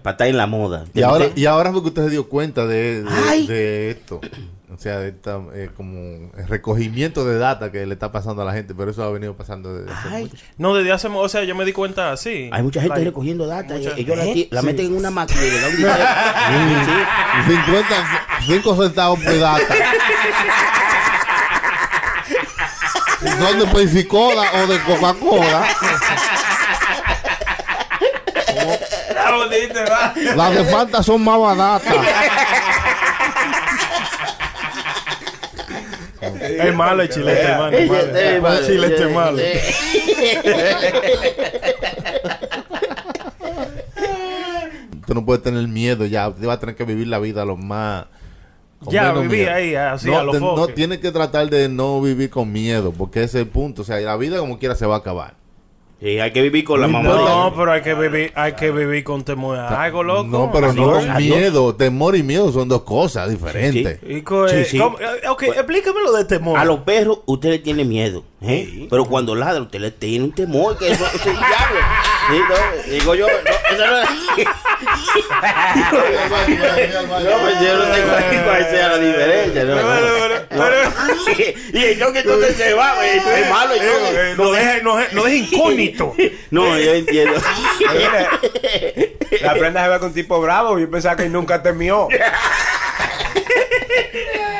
S4: estar en la moda.
S3: Mm. Y
S4: Te
S3: ahora,
S4: metes-
S3: y ahora es porque usted se dio cuenta de, de-
S4: Ay.
S3: de esto. O sea, de esta, eh, como recogimiento de data que le está pasando a la gente, pero eso ha venido pasando desde hace
S4: Ay,
S3: mucho.
S1: No, desde hace... O sea, yo me di cuenta así.
S4: hay mucha gente
S1: Like,
S4: recogiendo data.
S1: mucha-
S4: y Ellos la,
S1: ¿Eh?
S4: ti- la meten en una máquina y le dan un dinero. Sí, sí.
S3: 50, 5 centavos por data. Son de Pepsi-Cola o de Coca-Cola.
S2: Está bonito, hermano.
S3: Las de Fanta son más baratas.
S1: Es malo el chilete, hermano. es malo.
S4: Ella está
S1: El chilete es este malo.
S3: Usted no puede tener miedo ya. Usted va a tener que vivir la vida a lo más. con
S1: Ya,
S3: menos
S1: viví ahí, así,
S3: no,
S1: a lo
S3: te- no,
S1: foque.
S3: tiene que tratar de no vivir con miedo, porque ese es el punto. O sea, la vida como quiera se va a acabar.
S4: Sí, hay que vivir con la mamá.
S1: No, pero hay que vivir, hay que vivir con temor a algo, loco.
S3: No, pero no
S4: Adiós,
S3: con
S4: adiós.
S3: miedo. Temor y miedo son dos cosas diferentes.
S4: Sí,
S1: Y co-
S4: Sí,
S1: eh,
S4: sí. Pues,
S1: ¿cómo? Eh, Ok, explícame lo de temor.
S4: A los perros usted le tiene miedo, ¿eh? pero cuando ladra usted le tiene un temor que eso, eso es un diablo. Sí, no, digo yo, no, eso no es- No, pues yo no tengo ahí cuál sea la diferencia, ¿no? No. Y yo que entonces se va, güey, es malo. y yo-
S3: Eh,
S1: no dejes no deje- no deje incógnito.
S4: No, yo entiendo.
S2: La prenda se ve con un tipo bravo. Yo pensaba que nunca te mió.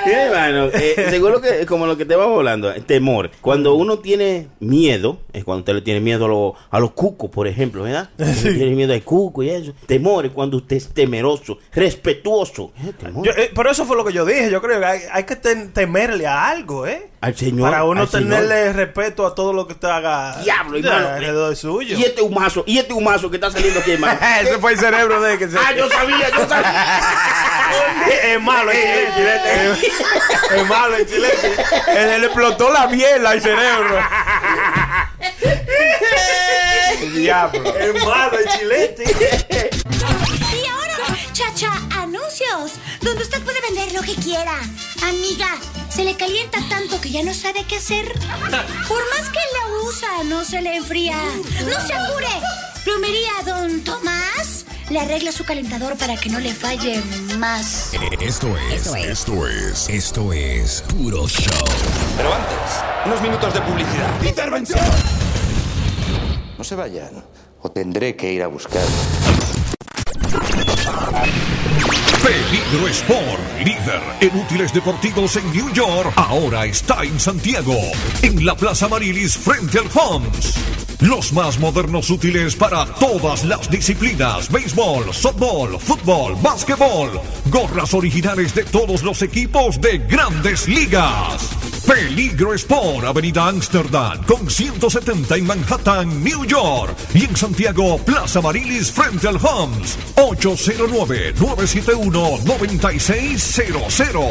S4: Sí, hermano, eh, según lo que, como lo que te vamos hablando, el temor. Cuando uno tiene miedo, es cuando usted le tiene miedo a, lo- a los cucos, por ejemplo, ¿verdad? Usted le tiene miedo al cuco y eso. Temor es cuando usted es temeroso, respetuoso. Eh, temor.
S1: Yo, eh, pero eso fue lo que yo dije. Yo creo que hay, hay que ten- temerle a algo, ¿eh?
S4: Al Señor,
S1: Para uno
S4: al Señor.
S1: tenerle respeto a todo lo que te haga
S4: Diablo,
S1: de-
S4: hermano.
S1: alrededor de suyo.
S4: Y este humazo, y este humazo que está saliendo aquí, hermano.
S2: Ese fue el cerebro de que se.
S4: ah, yo sabía, yo sabía.
S1: es malo el chilete. Es, es malo el chilete.
S2: Él le explotó la miel al cerebro. El diablo.
S1: Es malo el chilete.
S7: Y ahora, chacha, anuncios, donde usted puede vender lo que quiera. Amiga, se le calienta tanto que ya no sabe qué hacer. Por más que la usa, no se le enfría. No se apure. Plomería Don Tomás le arregla su calentador para que no le falle más.
S8: Esto es,
S9: Esto es.
S8: esto es, esto es puro show.
S10: Pero antes, unos minutos de publicidad. ¡Intervención! No se vayan, o tendré que ir a buscar.
S8: Peligro Sport, líder en útiles deportivos en New York, ahora está en Santiago, en la Plaza Marilis frente al Homs. Los más modernos útiles para todas las disciplinas, béisbol, softball, fútbol, básquetbol, gorras originales de todos los equipos de grandes ligas. Peligro Sport, Avenida Amsterdam, con 170 en Manhattan, New York. Y en Santiago, Plaza Marilis, frente al Homs, 809-971-9600.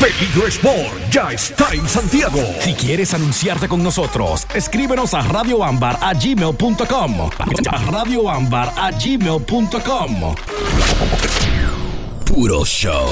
S8: Peligro Sport, ya está en Santiago.
S5: Si quieres anunciarte con nosotros, escríbenos a radioambar a gmail.com. Radioambar a gmail.com.
S8: Puro show.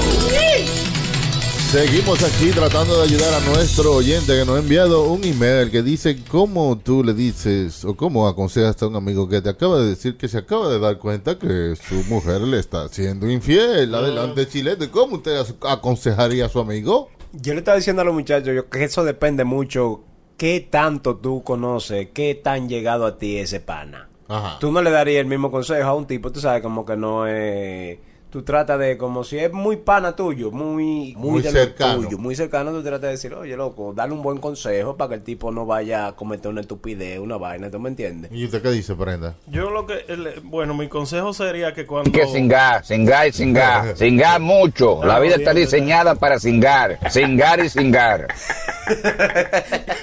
S3: Seguimos aquí tratando de ayudar a nuestro oyente que nos ha enviado un email que dice cómo tú le dices o cómo aconsejas a un amigo que te acaba de decir que se acaba de dar cuenta que su mujer le está siendo infiel. Adelante, Chilete. ¿Cómo usted as- aconsejaría a su amigo?
S2: Yo le estaba diciendo a los muchachos yo, que eso depende mucho qué tanto tú conoces, qué tan llegado a ti ese pana.
S3: Ajá.
S2: Tú no le darías el mismo consejo a un tipo, tú sabes, como que no es... Tú tratas de, como si es muy pana tuyo, muy...
S3: Muy
S2: de lo
S3: cercano.
S2: tuyo, muy cercano, tú tratas de decir, oye, loco, dale un buen consejo para que el tipo no vaya a cometer una estupidez, una vaina, ¿tú me entiendes?
S3: ¿Y usted qué dice, Prenda?
S1: Yo lo que. el- bueno, mi consejo sería que cuando.
S6: Que cingar, cingar y cingar, cingar mucho. La vida está diseñada para cingar, cingar y cingar.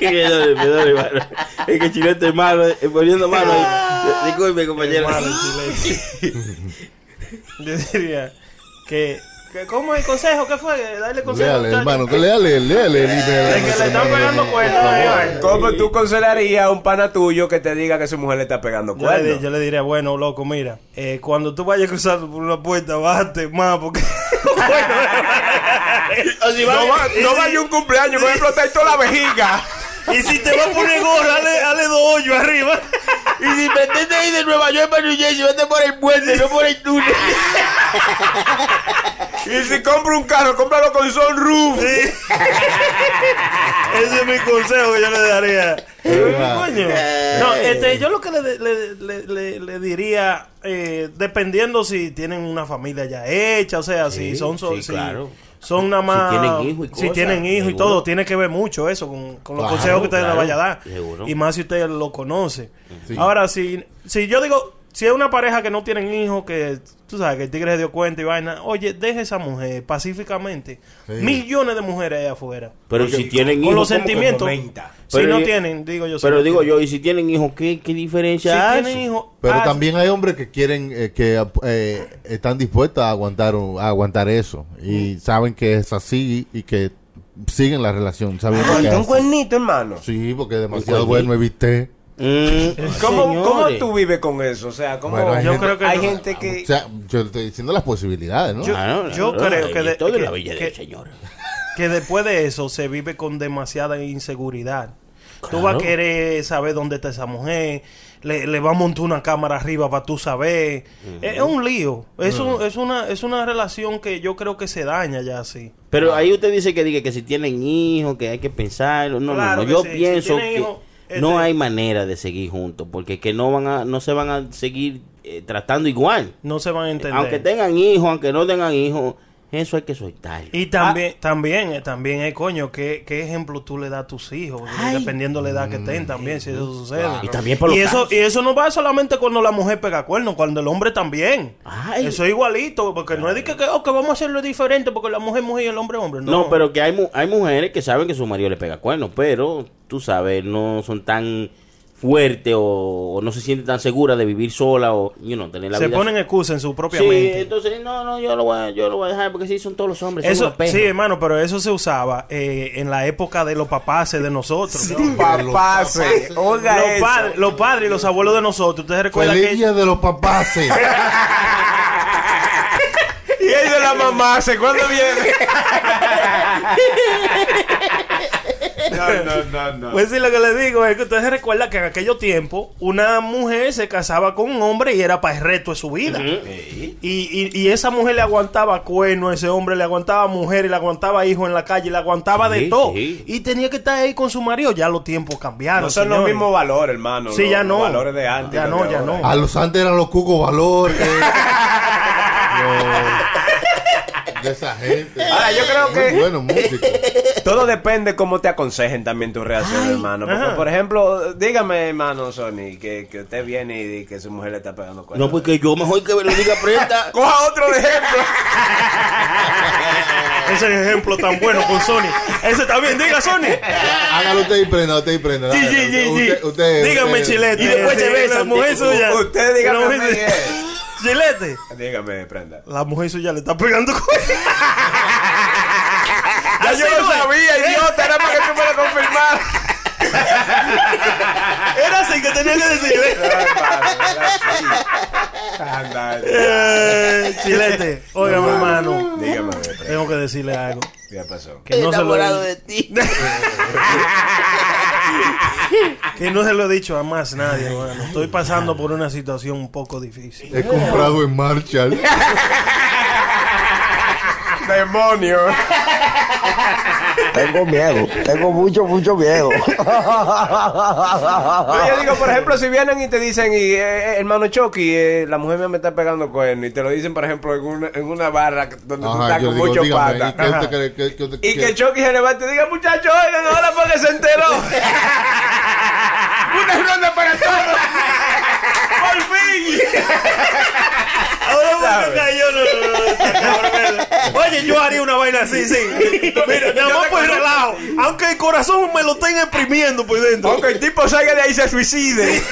S4: me duele, me duele, mano. Es que Chilete es malo, eh, poniendo malo ahí. Disculpe,
S1: Es
S4: compañero.
S1: malo el chilete. Yo diría que, que. ¿Cómo es el consejo? ¿Qué fue? Dale consejo.
S3: Léale,
S1: muchacho.
S3: hermano. que Léale, léale el email.
S1: Es que le están pegando cuernos, eh,
S2: ¿Cómo tú consejarías a un pana tuyo que te diga que su mujer le está pegando
S1: Yo le, di-
S2: cuernos?
S1: yo le diría, bueno, loco, mira, eh, cuando tú vayas cruzando por una puerta, bájate más porque...
S4: O si va-
S2: No va, no vaya un cumpleaños, por ejemplo, está toda la vejiga.
S1: y si te vas a poner gorra, dale, dale dos hoyos arriba.
S4: Y si pretendes ir de Nueva York para New Jersey, vete por el puente, no por el túnel.
S2: Y si compra un carro, cómpralo con sunroof.
S1: Ese es mi consejo que yo le daría. Eh,
S3: verdad.
S1: Coño. No, este, yo lo que le, le- le- le- le diría, eh, dependiendo si tienen una familia ya hecha, o sea, si
S4: Sí,
S1: son... so-
S4: sí,
S1: si
S4: claro.
S1: Son nada más.
S4: tienen hijos y
S1: Si
S4: cosas,
S1: tienen hijos y
S4: seguro.
S1: todo, tiene que ver mucho eso con, con los
S4: Claro,
S1: consejos que usted
S4: claro,
S1: le vaya a dar.
S4: seguro.
S1: Y más si usted lo conoce.
S3: Sí.
S1: Ahora, si, si yo digo, si es una pareja que no tienen hijos, que tú sabes que el tigre se dio cuenta y vaina, oye, deje esa mujer pacíficamente.
S3: Sí.
S1: Millones de mujeres ahí afuera.
S4: Pero si tienen
S1: Con
S4: hijos.
S1: los
S4: ¿cómo que
S1: sentimientos.
S4: no?
S1: Si
S4: Pero
S1: no
S4: yo-
S1: tienen, digo yo. si
S4: Pero
S1: no
S4: digo
S1: tienen.
S4: yo, y si tienen hijos, ¿qué, qué
S1: Si
S4: diferencia hace?
S1: tienen hijos. ah,
S3: Pero
S1: haz-
S3: también hay hombres que quieren, eh, que eh, están dispuestos a aguantar, un- a aguantar eso. Y
S1: Mm.
S3: saben que es así y que siguen la relación. sabiendo
S1: Ah,
S3: que
S2: Aguanta un
S3: es-
S2: cuernito, hermano.
S3: Sí, porque es demasiado
S4: cuernito.
S3: bueno evité.
S4: Mm,
S2: ¿Cómo, ¿Cómo
S4: señores.
S2: tú vives con eso? O sea, ¿cómo
S3: Bueno, hay
S1: Yo
S3: gente-
S1: creo que.
S2: hay
S1: no.
S2: gente
S3: O
S2: que...
S3: sea, yo estoy diciendo las posibilidades, ¿no?
S1: Yo-
S4: Ah, no, no, no,
S1: creo
S4: no,
S1: que de-
S4: Todo es
S1: que-
S4: la bella del
S1: que-
S4: Señor.
S1: que después de eso se vive con demasiada inseguridad. Tú vas a
S4: Claro.
S1: querer saber dónde está esa mujer, le, le va a montar una cámara arriba para tú saber. Es un lío. Es, un- es, una, es una relación que yo creo que se daña ya así.
S4: Pero ahí usted dice que diga que si tienen hijos, que hay que pensarlo. No,
S1: Claro
S4: no, no.
S1: que
S4: Yo
S1: sí, si
S4: pienso
S1: tienen
S4: que
S1: hijos, este-
S4: no hay manera de seguir juntos, porque que no van a, no se van a seguir eh, tratando igual.
S1: No se van a entender.
S4: Aunque tengan hijos, aunque no tengan hijos, eso hay que soltarlo.
S1: Y también, también, eh, también es coño, ¿qué, qué ejemplo tú le das a tus hijos,
S4: Ay.
S1: dependiendo de la edad que estén también, si eso sucede.
S4: Mm. Y también por los
S1: y eso,
S4: casos.
S1: y eso no va solamente cuando la mujer pega cuernos, cuando el hombre también.
S4: Ay.
S1: Eso es igualito, porque no es de que, que, oh, que vamos a hacerlo diferente porque la mujer es mujer y el hombre es hombre. No,
S4: Ah, No, pero que hay, mu- hay mujeres que saben que su marido le pega cuernos, pero tú sabes, no son tan fuertes o, o no se sienten tan seguras de vivir sola o you know, tener la
S1: se
S4: vida.
S1: ponen excusas en su propia
S4: Sí,
S1: mente.
S4: entonces, no, no, yo lo voy a, yo lo voy a dejar porque sí, son todos los hombres. son
S1: Eso,
S4: unos perros.
S1: sí, hermano, pero eso se usaba eh, en la época de los papaces de nosotros.
S2: Papase, oiga
S1: Los,
S2: eso.
S1: padres, los padres y los abuelos de nosotros. ¿Ustedes recuerdan
S3: Feliz
S1: que
S3: día de los papaces.
S2: Y el de la mamá, ¿se cuándo viene? No, no, no, no.
S1: Pues sí, lo que le digo es que ustedes recuerdan que en aquellos tiempos una mujer se casaba con un hombre y era para el resto de su vida. y, y- y esa mujer le aguantaba cuerno, ese hombre le aguantaba mujer, le aguantaba hijo en la calle, le aguantaba de
S4: Sí,
S1: todo.
S4: sí.
S1: Y tenía que estar ahí con su marido. Ya los tiempos cambiaron.
S2: no son los
S1: señores.
S2: mismos valores, hermano.
S1: Sí,
S2: los-
S1: ya no.
S2: Los valores de antes. y
S1: Ya
S2: los
S1: no,
S2: de
S1: ya
S2: ahora.
S1: no.
S3: A los antes eran los cucos valor. eh. Los- de esa gente.
S2: Ahora, yo creo que-
S3: Muy bueno, músico.
S2: Todo depende cómo te aconsejen también tu reacción, hermano. Porque,
S1: ajá.
S2: por ejemplo, dígame, hermano Sony, que, que usted viene y di que su mujer le está pegando cuernos.
S4: No, porque yo mejor que me lo diga preta.
S2: Coja otro de ejemplo.
S1: Ese ejemplo tan bueno con Sony. Ese está bien, diga Sony.
S3: Hágalo usted y prenda, usted y prenda.
S1: Sí,
S3: dale,
S1: sí, sí, sí.
S3: usted- usted-
S1: Dígame,
S3: usted-
S1: chilete.
S2: Y después te
S1: Dígame,
S2: besan,
S1: La mujer
S2: tío.
S1: suya.
S2: Usted dígame
S1: La mujer-
S2: a mí, eh.
S1: Chilete.
S2: dígame, prenda.
S1: La mujer suya le está pegando cuerno.
S2: Ya yo lo sabía, idiota, era para que tú me lo confirmaras.
S1: Era así que tenía que decirle. Eh, Chilete, oiga, mi hermano.
S2: Dígame, prenda.
S1: Tengo que decirle algo.
S2: ¿Qué pasó?
S1: Que no, se lo,
S4: enamorado
S1: he-
S4: de ti.
S1: que no se lo he dicho a más nadie, hermano. Estoy pasando por una situación un poco difícil.
S3: He comprado en Marshall.
S2: ¡Demonio!
S6: Tengo miedo, tengo mucho, mucho miedo.
S2: No,
S3: Ah.
S2: yo digo, por ejemplo, si vienen y te dicen, y, eh, eh, hermano Chucky, eh, la mujer mía me está pegando cuerno, y te lo dicen, por ejemplo, en una, en una barra que- donde tú
S3: Ajá,
S2: estás
S3: yo
S2: con
S3: digo,
S2: mucho
S3: dígame, ¿y
S2: pata.
S3: qué usted cree que- que usted-
S2: Y que
S3: que-
S2: Chucky se levante y diga, muchachos, oigan, ahora porque se enteró. ¡Una ronda para todos! ¡Por fin!
S1: Ahora porque cayó, no, no, no, está cabrón. Oye, yo haría una vaina así, sí. Mira, nada más por el relajo. Aunque el corazón me lo tenga exprimiendo por dentro.
S2: Aunque el tipo salga de ahí y se suicide.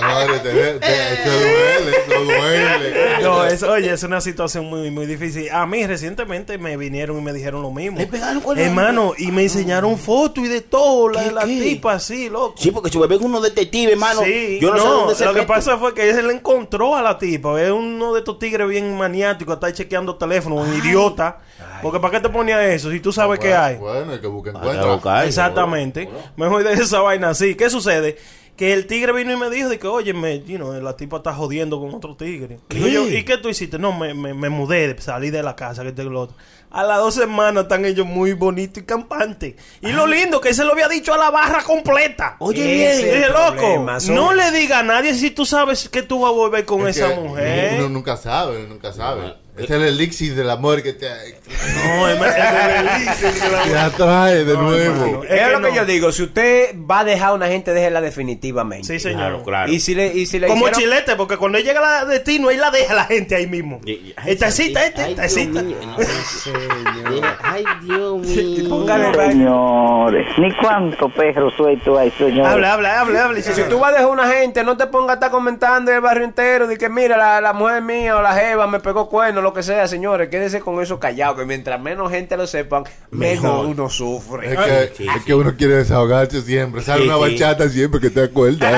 S3: Madre, te, te- te duele, te duele.
S1: No, es, oye, es una situación muy, muy difícil. A mí recientemente me vinieron y me dijeron lo mismo.
S4: Le pegaron con la-
S1: Hermano, y me enseñaron fotos y de todo. La,
S4: ¿Qué,
S1: la
S4: qué?
S1: tipa así, loco.
S4: Sí, porque su bebé es uno detective, hermano.
S1: Sí,
S4: yo no, sé dónde se
S1: lo que
S4: mete.
S1: pasa fue que él le encontró a la tipa. Es uno de estos tigres bien maniáticos, está ahí chequeando teléfono, un idiota. Porque ¿para qué te ponía eso si tú
S4: Ah,
S1: sabes qué hay?
S3: Bueno, es que busquen
S4: Para buscar.
S3: cuenta.
S4: Ay,
S1: Exactamente. Mejor de esa vaina así. ¿Qué sucede? Que el tigre vino y me dijo de que, oye, me, you know, la tipa está jodiendo con otro tigre. Digo yo, ¿y qué tú hiciste? No, me, me, me mudé, salí de la casa, que te lo otro. A las dos semanas están ellos muy bonitos y campantes. Y lo lindo que se lo había dicho a la barra completa.
S4: Oye,
S1: Y
S4: bien.
S1: dije,
S2: Ese es el
S1: loco,
S2: problema, son-
S1: no le diga a nadie si tú sabes que tú vas a volver con
S3: Es
S1: esa
S3: que
S1: mujer.
S3: Uno nunca sabe, uno nunca sabe. Este es el elixir del amor que te,
S1: No, es más- es de Belice, que la-
S3: te atrae de nuevo.
S1: hermano.
S2: Es,
S1: Es que
S2: lo que
S1: no.
S2: yo digo, si usted va a dejar a una gente, déjela definitivamente.
S1: Sí, señor.
S4: Claro, claro.
S2: Y si le, y si le
S1: Como
S2: hicieron-
S1: chilete, porque cuando él llega al destino, él la deja a la gente ahí mismo.
S4: Y- ay,
S1: Esta cita,
S4: ay,
S1: este,
S4: ay,
S1: esta
S4: Dios
S1: cita.
S4: mío, no, señor. Ay, Dios
S2: Y
S4: mío.
S2: póngale baile.
S6: Señores, ni cuánto perro suelto hay, señor.
S1: Habla, habla, habla, habla.
S2: Si tú vas a dejar una gente, no te pongas a estar comentando el barrio entero de que mira, la, la mujer mía o la jeva me pegó cuerno, lo que sea, señores, quédese con eso callado, que mientras menos gente lo sepan, menos
S4: Mejor.
S2: uno sufre.
S3: Es que,
S4: sí,
S3: es que uno quiere desahogarse siempre. Sale
S4: Sí,
S3: una
S4: sí.
S3: bachata siempre que te acuerdas.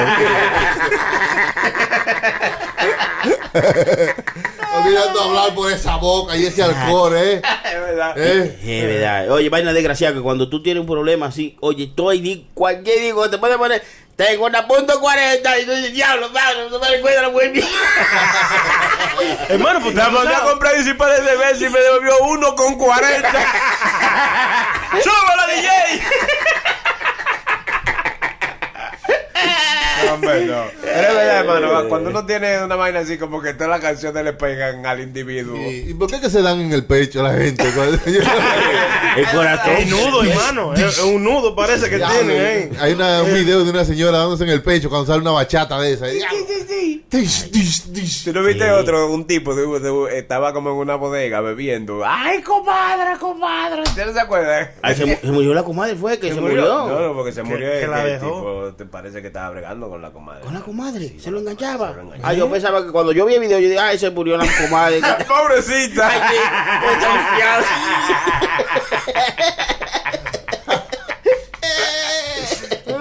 S3: Olvidando hablar por esa boca y ese alcohol, ¿eh?
S2: Es verdad.
S3: ¿Eh?
S4: Es verdad. Oye, vaina desgraciada, que cuando tú tienes un problema así, oye, estoy, di, cualquier digo, te puede poner, tengo una punto 40 y tú dices, diablo, diablo, no me recuerda la mujer mía".
S1: Hermano, pues
S2: La mandé a comprar dispares de vez y me devolvió uno con 40. ¡Súbala, DJ! No, hombre, no. Pero es verdad, hermano. Cuando uno tiene una vaina así, como que todas las canciones le pegan al individuo.
S3: ¿Y, y por qué que se dan en el pecho la gente?
S4: El corazón.
S1: Es nudo, hermano. Es es un nudo, parece que
S3: Diablo,
S1: tiene, ¿eh?
S3: Hay una- un video de una señora dándose en el pecho cuando sale una bachata de esa. Dish, dish, dish.
S2: ¿Tú no viste otro? Un tipo de- de- estaba como en una bodega bebiendo. ¡Ay, comadre, comadre! ¿Usted no se acuerdan?
S4: Ay, Ah, se, mu- se murió la comadre, fue que se, murió.
S2: No, no, porque se murió.
S1: que
S2: y
S1: la
S2: el
S1: dejó.
S2: tipo, te parece que estaba bregando con la comadre.
S4: Con la comadre, se lo enganchaba.
S2: se lo enganchaba.
S4: Ah, yo pensaba que cuando yo vi el video, yo dije, ay, se murió la comadre.
S2: ¡Pobrecita!
S4: Ay, sí, pues, confiado.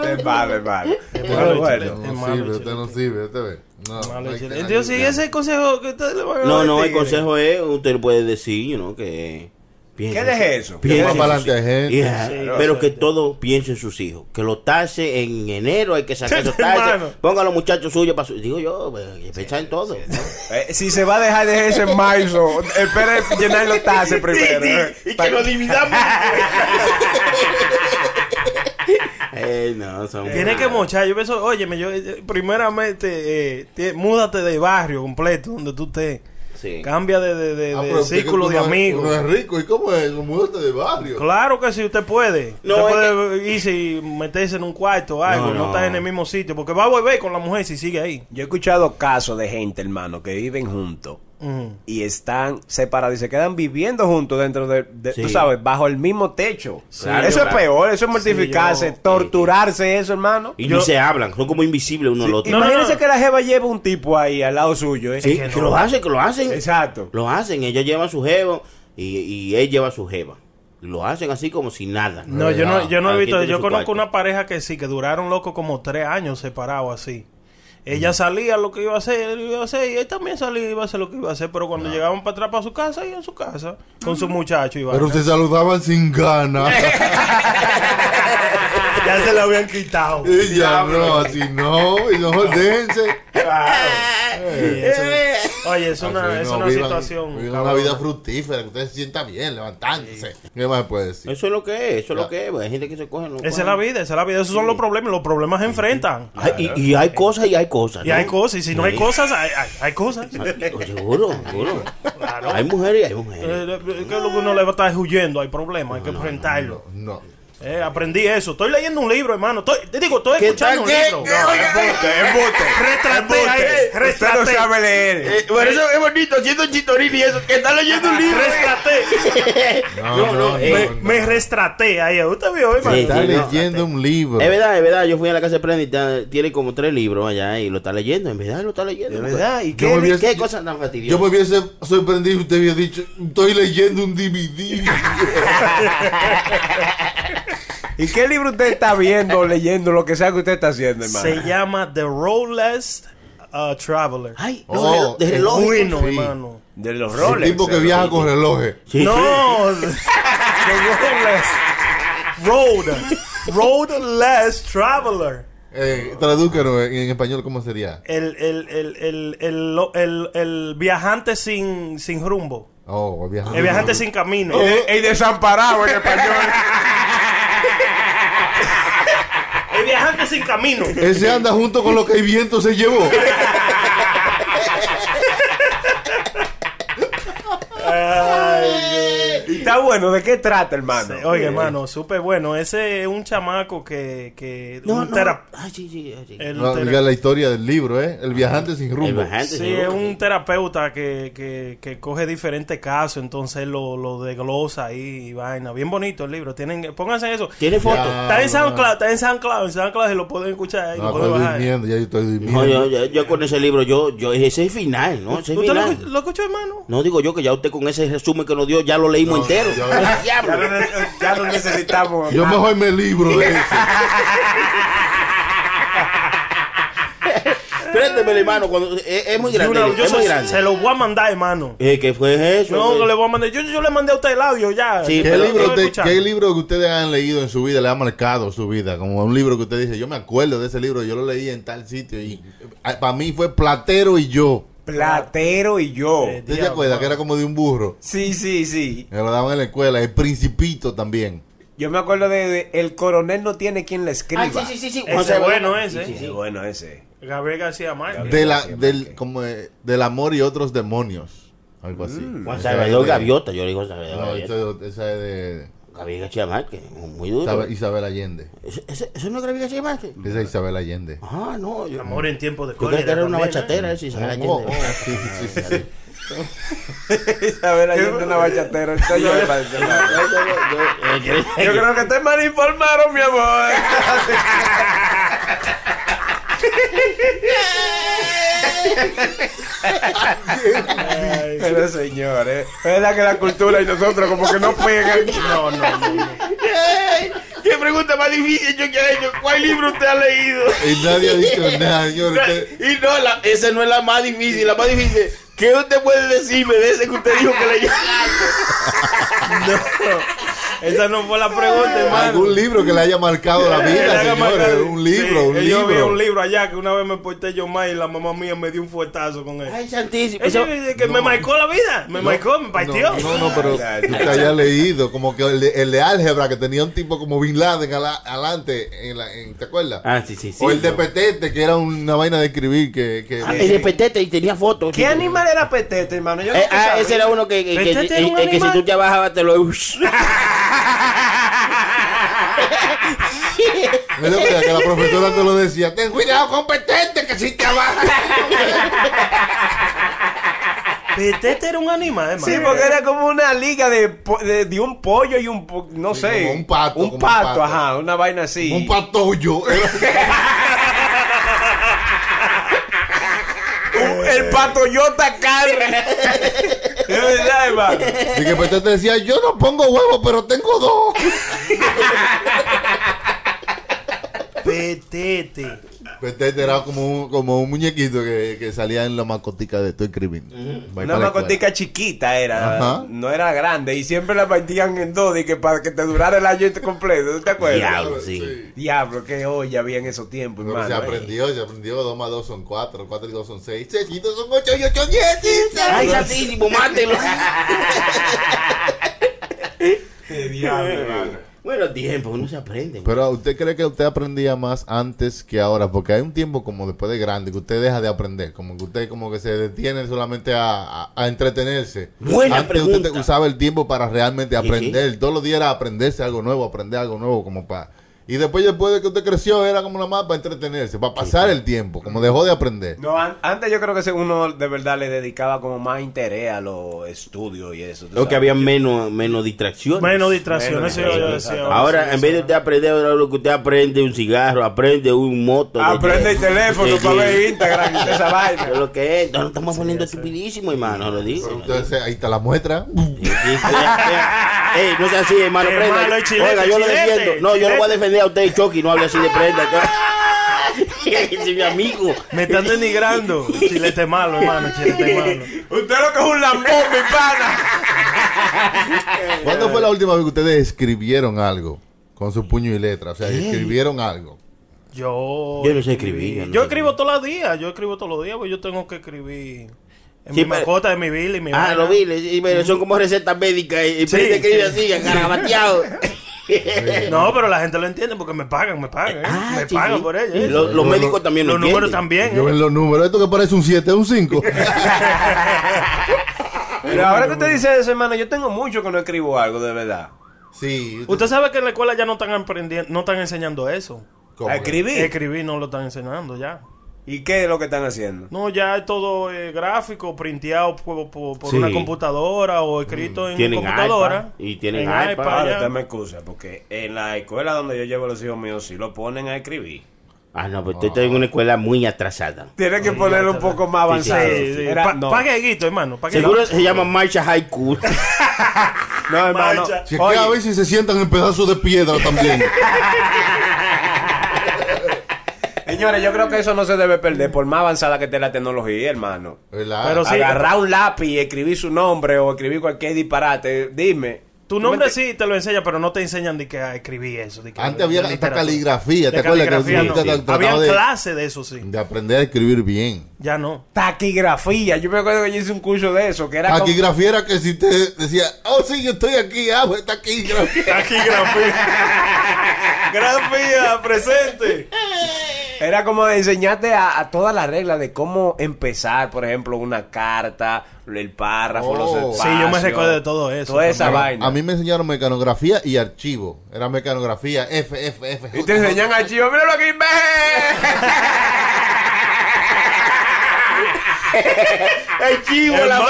S2: Te vale, vale.
S3: Hermano,
S2: Pero
S3: usted
S2: bueno.
S1: chile. es
S3: no
S1: malo,
S3: sirve, usted
S1: chile.
S3: no sirve, usted ve. No, no hay que- no hay
S1: Entonces,
S3: que-
S1: si ese es el consejo que ustedes le van a dar.
S4: No, no,
S1: al
S4: el
S1: tigre.
S4: consejo es, usted le puede decir, you know, que Piense.
S2: ¿Qué deje eso?
S4: Piense
S3: Más
S4: en
S3: para
S4: sus
S3: adelante hay
S4: hijos.
S3: gente.
S4: Yeah.
S1: Sí,
S4: Pero
S1: sí,
S4: que
S1: sí.
S4: todo piense en sus hijos. Que los taxes en enero hay que sacar esos taxes.
S1: Hermano.
S4: Ponga a los muchachos suyos para su... Digo yo, pues, pensar en todo.
S2: Eh, si se va a dejar de eso en marzo, espere llenar los taxes primero. eh. Pa-
S4: dividamos. eh, no, son...
S1: Tiene que mochar. Yo pienso, oye, yo, eh, primeramente, eh, ti- múdate de barrio completo donde tú estés.
S4: Sí.
S1: Cambia de, de, de-
S3: Ah,
S1: de
S3: pero usted
S1: círculo
S3: que
S1: de
S3: uno-
S1: amigos.
S3: Uno es rico. ¿Y cómo es? Un mudarte de barrio.
S1: Claro que sí, usted puede.
S4: No,
S1: usted
S4: es
S1: puede irse y meterse en un cuarto o algo,
S4: No,
S1: no,
S4: no.
S1: está en el mismo sitio, porque va a volver con la mujer si sigue ahí.
S2: Yo he escuchado casos de gente, hermano, que viven juntos
S1: Ujú.
S2: y están separados y se quedan viviendo juntos dentro de, de-
S4: Sí.
S2: tú sabes, bajo el mismo techo.
S4: Claro,
S2: eso
S4: claro. eh,
S2: es peor, eso es mortificarse,
S1: yo-
S2: torturarse, eso, hermano.
S4: Y
S1: Yo-
S4: ni se hablan. Son como invisibles uno al otro.
S1: No,
S2: Imagínese
S1: no, no.
S2: que la jeva lleva un tipo ahí al lado suyo, ¿eh?
S4: Sí, que, lo hacen, que lo hacen.
S2: Exacto.
S4: Lo hacen. Ellos llevan su jeva y, y él lleva su jeva. Lo hacen así como si nada.
S1: No, yo no, yo no
S4: Cada
S1: he
S4: quien
S1: visto.
S4: tiene
S1: Yo
S4: su
S1: conozco
S4: cuarto.
S1: una pareja que sí, que duraron loco como tres años separados así. Ella salía lo que iba a hacer, él iba a hacer, y él también salía y iba a hacer lo que iba a hacer, pero cuando llegaban para atrás para su casa, iba a su casa, con su muchacho iba.
S3: Pero se saludaban sin ganas.
S1: Ya se la habían quitado.
S3: Y ya no, así no. Y no, déjense.
S1: Sí, eso- Eh. oye, es una,
S3: Así
S1: es
S3: Ah, no,
S1: una
S3: vivan-
S1: situación.
S3: vivan una
S1: cabrón.
S3: vida fructífera, que usted se sienta bien, levantándose. ¿Qué más puede decir?
S4: Eso es lo que es, eso es lo que es. Hay gente que se coge. no
S1: Esa
S4: cogen.
S1: es la vida, esa es la vida. Esos son los problemas, los problemas se enfrentan.
S4: Ay, y, y hay cosas y hay cosas.
S1: Y
S4: ¿no?
S1: hay cosas, y si no hay
S4: Sí.
S1: cosas, hay, hay- hay cosas.
S4: Seguro, seguro. Hay mujeres y hay mujeres.
S1: Eh, eh, que lo que uno le va a estar huyendo, hay problemas, hay que enfrentarlo.
S3: No.
S1: Eh, aprendí eso. Estoy leyendo un libro, hermano. Estoy, te digo, estoy escuchando un libro.
S2: Embuste, embuste.
S1: Retraté,
S2: Embuste.
S1: ahí,
S2: Usted no
S1: retraté.
S2: sabe leer.
S4: Eh, Por eso es bonito, siendo chitorini y eso, que está leyendo un
S1: Restraté.
S3: No, no, no.
S1: me,
S3: no.
S1: me restraté ahí. ¿eh? Usted vio, hermano.
S4: Sí, sí,
S3: Está
S4: no.
S3: leyendo un libro.
S4: Es verdad, es verdad. Yo fui a la casa de Prenda y ta- tiene como tres libros allá y lo está leyendo. En verdad, lo está leyendo.
S2: De verdad, ¿y
S4: ¿Qué,
S3: Yo me
S4: qué,
S3: hubiese-
S4: cosa tan fastidiosa?
S3: Yo me hubiese sorprendido si usted hubiera dicho, estoy leyendo un DVD.
S2: ¿Y qué libro usted está viendo o leyendo, lo que sea que usted está haciendo, hermano?
S1: Se llama The Roadless uh, Traveler.
S4: Ay, no,
S3: Oh,
S4: de, de
S3: es
S4: reloj.
S1: Bueno,
S3: sí.
S1: hermano.
S2: De los
S3: El
S2: Rolex. eh.
S3: tipo que viaja con relojes.
S4: Sí, sí.
S1: No, The Roadless. Road. Roadless Traveler.
S3: Eh, tradúcalo en, en español, ¿cómo sería?
S1: El, el, el, el, el, el- el viajante sin, sin rumbo.
S3: Oh, viaja.
S1: El viajante sin camino.
S2: Eh, Y desamparado en español.
S1: El viajante sin camino.
S3: Ese anda junto con lo que el viento se llevó.
S2: Y está bueno, ¿de qué trata, hermano?
S1: Oye, hermano, súper bueno. Ese es un chamaco que. que
S4: No,
S1: un
S4: no.
S1: tera-
S4: Ay, sí, sí, ay, sí.
S1: el
S3: No,
S1: tera-
S3: diga la historia del libro, ¿eh? El viajante sin
S4: El
S3: rumbo.
S4: bajante,
S1: Sí,
S4: seguro.
S1: es un terapeuta que, que, que coge diferentes casos, entonces lo, lo desglosa ahí y vaina. Bien bonito el libro. Tienen, pónganse eso.
S4: Tiene fotos.
S1: Está en SoundCloud, está en SoundCloud, en SoundCloud y lo pueden escuchar ahí,
S3: No,
S1: lo pueden
S3: estoy
S1: bajar.
S3: durmiendo, ya yo estoy
S4: No,
S3: durmiendo.
S4: yo, yo- yo con ese libro, yo, yo, ese es final, ¿no? Ese es
S1: ¿Usted lo,
S4: final.
S1: escuch- lo escuchó, hermano?
S4: No digo yo que ya usted con ese resumen que nos dio ya lo leímos entero.
S2: Ya no, ne- ya no necesitamos.
S3: Yo mejor me libro de eso.
S4: Préndemelo, hermano, cuando, es, es muy grande.
S1: Yo, yo
S4: es muy
S1: se,
S4: grande.
S1: se lo voy a mandar, hermano.
S4: Eh, ¿Qué fue eso?
S1: No,
S4: Eh,
S1: le voy a mandar. Yo, yo le mandé a usted el audio ya.
S4: Sí,
S1: Yo-
S3: ¿Qué
S1: yo
S4: pero-
S1: lo
S3: libro,
S1: iba a
S3: usted-
S1: escuchar.
S3: ¿Qué libro que ustedes han leído en su vida le ha marcado su vida? Como un libro que usted dice, yo me acuerdo de ese libro, yo lo leí en tal sitio y para mí fue Platero y yo.
S2: Platero y yo.
S1: Eh,
S3: ¿Usted se
S1: Diablo,
S3: acuerda
S1: mano.
S3: que era como de un burro?
S2: Sí, sí, sí.
S3: Me lo daban en la escuela, el Principito también.
S2: Yo me acuerdo de, de El coronel no tiene quien le escriba.
S4: Ah, sí, sí, sí, sí.
S1: Ese
S4: José
S1: bueno
S4: Bernal.
S1: ese. ¿eh?
S4: Sí, sí,
S2: Sí,
S4: sí.
S2: bueno, ese.
S1: Gabriel García Márquez.
S3: De la,
S2: Gracias,
S3: del,
S2: Mike.
S3: como de- del amor y otros demonios. Algo así.
S1: Mm.
S4: Juan
S3: Esa
S4: Salvador
S3: es de-
S4: Gaviota, yo le digo Salvador
S3: No,
S4: Gaviota.
S3: esto- esa es de
S4: Gabriel García Márquez, muy duro.
S3: Isabel, Isabel Allende.
S4: ¿Eso, eso- eso no es Gabriel García Márquez?
S3: Esa es Isabel Allende.
S4: Ah, no. Yo,
S1: Amor en tiempo de
S4: yo creo que
S1: cólera
S4: era una
S1: también, ¿eh?
S4: bachatera esa Isabel Allende.
S3: Oh, oh, sí, sí, sí, sí.
S2: Isabel Allende, una bachatera. Estoy yo, yo
S4: Yo- yo- yo-
S1: oh,
S4: yo- yo-
S2: creo que te mal informaron, mi amor. Pero eh. señores, es verdad que la cultura y nosotros como que no pegan. No, no, no.
S9: ¿Qué pregunta más difícil yo que he hecho? ¿Cuál libro usted ha leído?
S3: Y nadie ha dicho nada, señor. Usted-
S9: Y no, la- esa no es la más difícil. La más difícil es, ¿Qué usted puede decirme de ese que usted dijo que leyó?
S1: Esa no fue la pregunta, hermano.
S3: Algún libro que le haya marcado la
S1: Que le
S3: vida,
S1: haga
S3: señores.
S1: marcar-
S3: Un libro,
S1: Sí,
S3: un
S1: yo vi
S3: libro.
S1: un libro allá que una vez me porté yo mal y la mamá mía me dio un fuertazo con él.
S4: Ay, santísimo.
S1: Ese
S4: Eso-
S1: dice que me marcó la vida, me marcó, me partió.
S3: No, no, no, pero tú te hayas leído. Como que el de, el de álgebra, que tenía un tipo como Bin Laden ala- adelante, en la- en- ¿te acuerdas?
S4: Ah, sí, sí, sí.
S3: o el de
S4: no.
S3: Petete, que era una vaina de escribir. que, que
S4: Ah, el de Petete y tenía fotos.
S2: ¿Qué
S4: tipo.
S2: animal era Petete, hermano? Yo
S4: Eh,
S2: nunca
S4: ah,
S2: sabía.
S4: ese era uno que, que, que-
S1: Petete era un
S4: eh, que si
S1: animal.
S4: tú te bajabas te lo.
S3: ¿No te acuerdas que la profesora te lo decía, ten cuidado con Petete, que si te abaja.
S1: Petete era un animal, hermano.
S2: Sí, porque era como una liga de, po- de, de un pollo y un... po- No sé.
S3: como un pato,
S2: Un
S3: como un
S2: pato,
S3: pato.
S2: ajá. Una vaina así.
S3: Un patollo.
S2: Un- el pato Yota Carre. es verdad, hermano.
S3: Y que Petete decía, yo no pongo huevos, pero tengo dos.
S1: Petete.
S3: Petete era como un, como un muñequito que, que salía en la mascotica de Estoy escribiendo. Va
S2: Una
S3: para la escuela.
S2: mascotica chiquita era,
S3: Ajá.
S2: no era grande y siempre la partían en dos y que para que te durara el año completo, ¿tú te acuerdas?
S4: Diablo, sí.
S2: Diablo, que hoy había en esos tiempos,
S3: Pero
S2: hermano.
S3: se
S2: ¿eh?
S3: aprendió, se aprendió. 2 más 2 son 4, 4 y 2 son 6, 6 y 2 son 8 y 8 10.
S4: Ay, santísimo, mátelo.
S2: Qué diablo, hermano.
S4: bueno, tiempo, uno se aprende.
S3: Pero usted cree que usted aprendía más antes que ahora, porque hay un tiempo como después de grande que usted deja de aprender, como que usted como que se detiene solamente a, a- a entretenerse.
S4: Buena
S3: antes usted
S4: pregunta.
S3: usaba el tiempo para realmente
S4: sí.
S3: aprender, todos los días era aprenderse algo nuevo, aprender algo nuevo como para... Y después, después de que usted creció, era como nada más para entretenerse, para pasar el tiempo, como dejó de aprender.
S2: No, an- antes yo creo que ese uno de verdad le dedicaba como más interés a los estudios y eso. ¿tú
S4: Lo que
S2: sabes?
S4: había menos, menos distracciones.
S1: Menos distracciones,
S2: Menos
S1: eso yo
S2: distracciones.
S1: decía.
S4: Ahora, en vez de
S1: sí.
S4: usted aprender ahora lo que usted aprende un cigarro, aprende un moto. lo
S2: Aprende
S4: que-
S2: Ah, el teléfono
S4: de-
S2: para ver
S4: de-
S2: Instagram y toda esa vaina.
S4: de lo que es, nos estamos poniendo estupidísimo, hermano, lo digo.
S3: Pero Entonces, ahí está la muestra.
S4: Sí, sí, sí, sí. Ey, no sea así, hermano,
S1: Qué
S4: prenda.
S1: malo es Chilete,
S4: Oiga, yo
S1: Chilete,
S4: lo defiendo. No, yo lo voy a
S1: Chilete.
S4: defender a usted, Chucky, no hable así de prenda. Es mi amigo.
S1: Me están denigrando. Chilete malo, hermano. Chilete malo.
S2: Usted lo que es un lambón, mi pana.
S3: ¿Cuándo fue la última vez que ustedes escribieron algo con su puño y letra? O sea, escribieron algo.
S1: Yo.
S4: Yo no sé escribir, yo
S1: Yo,
S4: no sé
S1: escribo
S4: escribir.
S1: todos los días. Yo escribo todos los días, porque yo tengo que escribir. En
S4: Sí,
S1: mi
S4: pero-
S1: mascota, en mi bill y mi.
S4: Ah,
S1: vaina.
S4: lo vi, le- y- pero son como recetas médicas. Y y
S1: Sí,
S4: prende escribe
S1: sí.
S4: así, garabateado.
S1: No, pero la gente lo entiende porque me pagan, me pagan. ¿eh?
S4: Ah,
S1: me
S4: sí,
S1: pagan
S4: sí.
S1: por ello. ¿eh?
S4: Lo- los
S3: Yo-
S4: médicos también lo
S1: Los números
S4: entienden.
S1: también.
S3: Yo
S1: ¿eh?
S3: ven los números, esto que parece un 7 es un 5.
S2: Pero ahora que usted dice eso, hermano, yo tengo mucho que no escribo algo, de verdad.
S3: sí.
S1: Usted sabe que en la escuela ya no están aprendiendo, no están enseñando eso.
S3: ¿Cómo
S2: A
S3: que?
S2: escribir.
S1: Escribir no lo están enseñando ya.
S2: ¿Y qué es lo que están haciendo?
S1: No, ya es todo eh, gráfico, printeado por, por- por
S4: Sí. Mm.
S1: una computadora o escrito en
S4: Tienen
S1: computadora.
S4: iPad y tienen
S1: En
S4: iPad.
S1: ya.
S2: Claro, usted me excusa, porque en la escuela donde yo llevo a los hijos míos sí lo ponen a escribir.
S4: Ah, no, pero usted está en una escuela muy atrasada.
S2: Tiene que ponerlo un poco más
S1: Sí,
S2: avanzado.
S1: sí, sí.
S2: Era-
S1: Pa-
S2: no.
S1: Pague Guito, hermano. pague
S4: Seguro
S1: Guito.
S4: se llama Marcha Haiku.
S2: No, hermano.
S1: Marcha.
S3: Chequea
S2: Oye,
S3: a ver si se sientan en pedazos de piedra también.
S2: señores, yo creo que eso no se debe perder por más avanzada que esté la tecnología, hermano.
S3: ¿Verdad?
S1: Pero sí,
S2: Agarrar un lápiz y escribir su nombre o escribir cualquier disparate, dime.
S1: tu nombre
S2: ¿Me enti-
S1: sí te lo enseñan, pero no te enseñan de que a escribir eso. de que-
S3: Antes había
S1: de
S3: hasta
S1: literatura.
S3: caligrafía, ¿te
S1: De
S3: acuerdas? Que
S1: caligrafía, no.
S3: usted
S1: Sí.
S3: trataba
S1: Habían
S3: de-
S1: clase de eso, sí.
S3: De aprender a escribir bien.
S1: Ya no.
S2: Taquigrafía. Yo me acuerdo que yo hice un curso de eso, que era como-
S3: Taquigrafía era que si te decía, oh sí, yo estoy aquí, ah, pues taquigrafía.
S1: Grafía, presente.
S2: Era como de enseñarte a, a todas las reglas de cómo empezar, por ejemplo, una carta, el párrafo,
S3: Oh.
S2: los
S1: Sí,
S2: espacios.
S1: yo me recuerdo de todo eso.
S2: Toda esa
S1: también.
S2: vaina.
S3: A mí me enseñaron mecanografía y archivo. Era mecanografía, F, F, F.
S2: Y te enseñan a chivo, míralo aquí, ve.
S1: Es malo.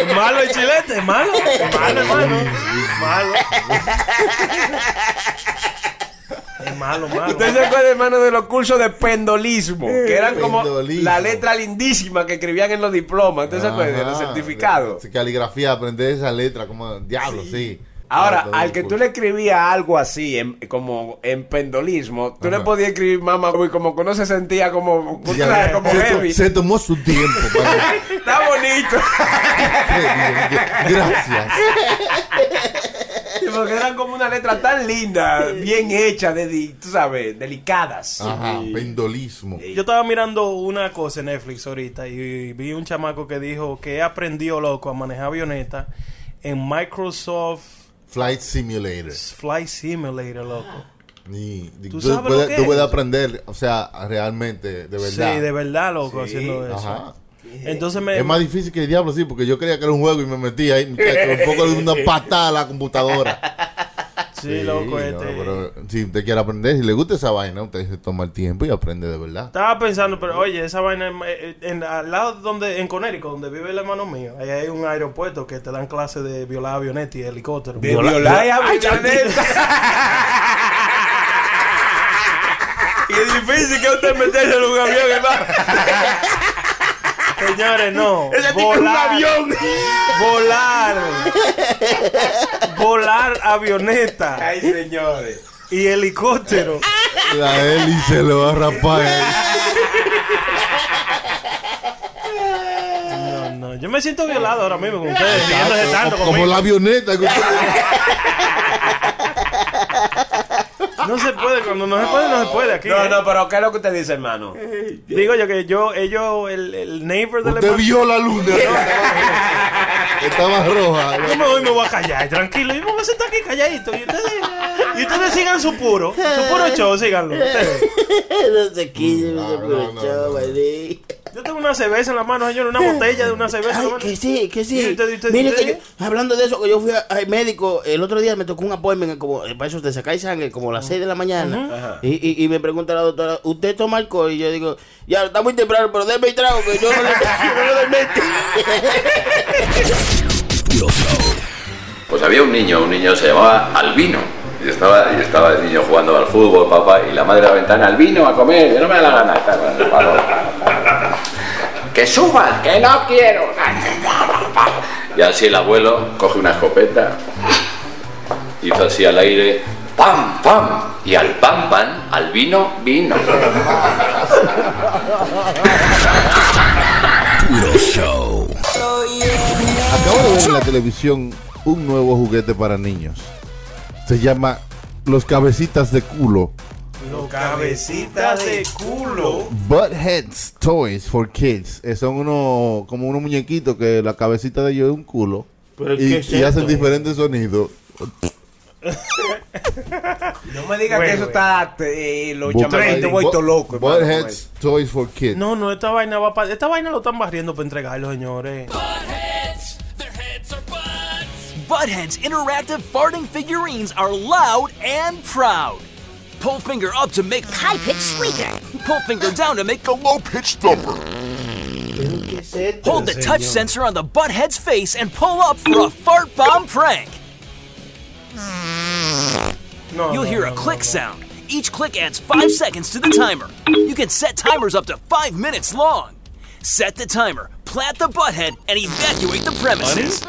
S1: Es malo el chilete, es malo. Es malo, hermano. Es malo. Es malo, malo.
S2: Usted se acuerda, hermano, de los cursos de pendolismo, que eran como
S3: Pendolismo.
S2: la letra lindísima que escribían en los diplomas, ¿usted se acuerda? En los
S3: Ajá.
S2: certificados.
S3: Sí, Caligrafía, aprender esa letra, como diablo, sí.
S2: Ahora,
S3: Todo
S2: al
S3: el
S2: que tú
S3: curso.
S2: le escribías algo así, en- como en pendolismo, tú le podías escribir mamá, güey, como que uno se sentía como, tú
S3: Ya,
S2: sabes, como
S3: se, to-
S2: heavy.
S3: se tomó su tiempo. para-
S2: Está bonito.
S3: Qué bien, Gracias.
S2: Porque eran como una letra tan linda, bien hecha, dedi- tú sabes, delicadas.
S3: Ajá, pendolismo.
S1: Yo estaba mirando una cosa en Netflix ahorita y vi un chamaco que dijo que aprendió loco a manejar avioneta en Microsoft
S3: Flight Simulator.
S1: Flight Simulator, loco.
S3: Y- y
S1: ¿Tú
S3: tú,
S1: sabes lo
S3: puedes,
S1: que
S3: tú
S1: es?
S3: puedes aprender, o sea, realmente, de verdad.
S1: Sí, de verdad, loco,
S2: Sí,
S1: haciendo eso.
S3: Ajá.
S1: Entonces me...
S3: Es más difícil que el diablo, sí, porque yo creía que era un juego y me metí ahí, muchacho, un poco de una patada a la computadora.
S1: Sí, loco,
S3: no,
S1: este...
S3: pero si usted quiere aprender, si le gusta esa vaina, usted se toma el tiempo y aprende de verdad.
S1: Estaba pensando, pero oye, esa vaina en, eh, en- al lado donde en Conérico, donde vive el hermano mío, ahí hay un aeropuerto que te dan clases de violar avionetas y helicópteros.
S2: De violar y avioneta. Y es difícil que usted meterse en un avión, hermano.
S1: Señores, no.
S9: Ese tipo es un
S1: volar,
S9: avión.
S1: volar. volar avioneta
S2: Ay, señores.
S1: y helicóptero.
S3: La hélice lo va a rapar. eh.
S1: No, no. Yo me siento violado ahora mismo con ustedes, riéndose tanto
S3: Como, como
S1: conmigo.
S3: la avioneta. que usted-
S1: No se puede, cuando no se puede, no se puede aquí.
S2: No,
S1: eh.
S2: no, pero ¿qué es lo que usted dice, hermano?
S1: Digo yo que yo, ellos, el, el neighbor del
S3: Usted
S1: hermano-
S3: vio la luz. ¿no? Estaba roja.
S1: Yo me voy y me voy a callar, tranquilo. Yo me voy a sentar aquí calladito. Y ustedes, y ustedes sigan su puro. Su puro show, síganlo. Ustedes.
S4: no se quille, no se
S3: No, no,
S4: aprovechó,
S3: no, no.
S4: maní.
S1: Yo tengo una cerveza en la mano, señor, una botella de una cerveza. en
S4: Ay,
S1: la mano.
S4: que sí, que
S1: ¿Y
S4: sí.
S1: usted- y usted- y
S4: Mire
S1: usted?
S4: que yo- hablando de eso, que yo fui a- al médico el otro día, me tocó un appointment como, eh, para eso te sacáis sangre, como a las 6 de la mañana. y, y, y me pregunta la doctora, ¿usted toma alcohol? Y yo digo, ya, está muy temprano, pero déme el trago, que yo no le yo no le metí.
S11: Pues había un niño, un niño se llamaba Albino. Y estaba, y estaba el niño jugando al fútbol, papá, y la madre de la ventana, Albino, a comer, que no me da la gana. Está con el balón. que suban, que no quiero. Y así el abuelo coge una escopeta, hizo así al aire, ¡pam, pam! Y al pam, pam, al vino, vino.
S3: Acabo de ver en la televisión un nuevo juguete para niños. Se llama Los Cabecitas de Culo.
S1: Los cabecitas de culo.
S3: Butt Heads Toys for Kids. Eh, son unos como unos muñequitos que la cabecita de ellos es un culo.
S4: ¿Pero
S3: y
S4: qué es
S3: y
S4: esto?
S3: hacen diferentes sonidos.
S2: No me diga
S1: Bueno,
S2: que eso está. Eh, los
S3: Busca
S2: chamacos
S4: este
S3: ahí.
S2: te vuelto
S3: Bu-
S2: loco. hermano,
S3: Butt
S2: con
S3: Heads
S4: pues.
S2: eso.
S3: Toys for Kids.
S1: No, no, esta vaina va para. Esta vaina lo están barriendo para entregarlo, señores.
S12: Butthead's interactive farting figurines are loud and proud. Pull finger up to make
S7: High pitch squeaker.
S12: pull finger down to make the low pitch thumper.
S4: ¿Qué es esto?
S12: Hold the touch sensor on the butthead's face and pull up for a fart bomb prank.
S1: No,
S12: You'll
S1: no,
S12: hear
S1: no,
S12: a
S1: no,
S12: click sound. Each click adds five seconds to the timer. You can set timers up to five minutes long. Set the timer, plat the butthead, and evacuate the premises.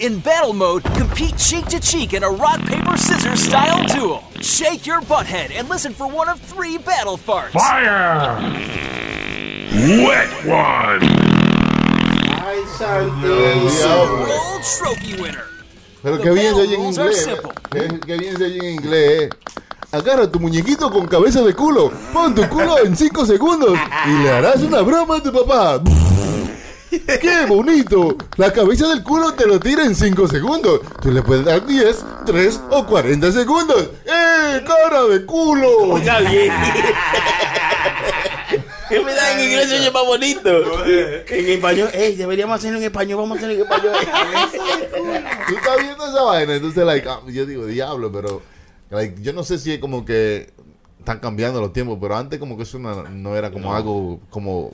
S12: In battle mode, compete cheek to cheek in a rock, paper, scissors style duel. Shake your butthead and listen for one of three battle farts.
S4: Ay, santísimo.
S12: Roll trophy winner.
S3: Pero
S12: The
S3: que bien se
S12: battle
S3: oye en
S12: rules are
S3: inglés.
S12: simple.
S3: Que, que bien se oye en inglés. eh. Agarra tu muñequito con cabeza de culo. Pon tu culo en 5 segundos y le harás una broma a tu papá. ¡Qué bonito! La cabeza del culo te lo tira en 5 segundos. Tú le puedes dar 10, 3 o 40 segundos. ¡Eh, cara de culo!
S4: Está bien. Es verdad, en inglés se oye más bonito. En español, ey, deberíamos hacerlo en español, vamos a hacerlo en español.
S3: Tú estás viendo esa vaina, entonces, like, ah, yo digo, diablo, pero, like, yo no sé si es como que están cambiando los tiempos, pero antes como que eso no, no era como algo, como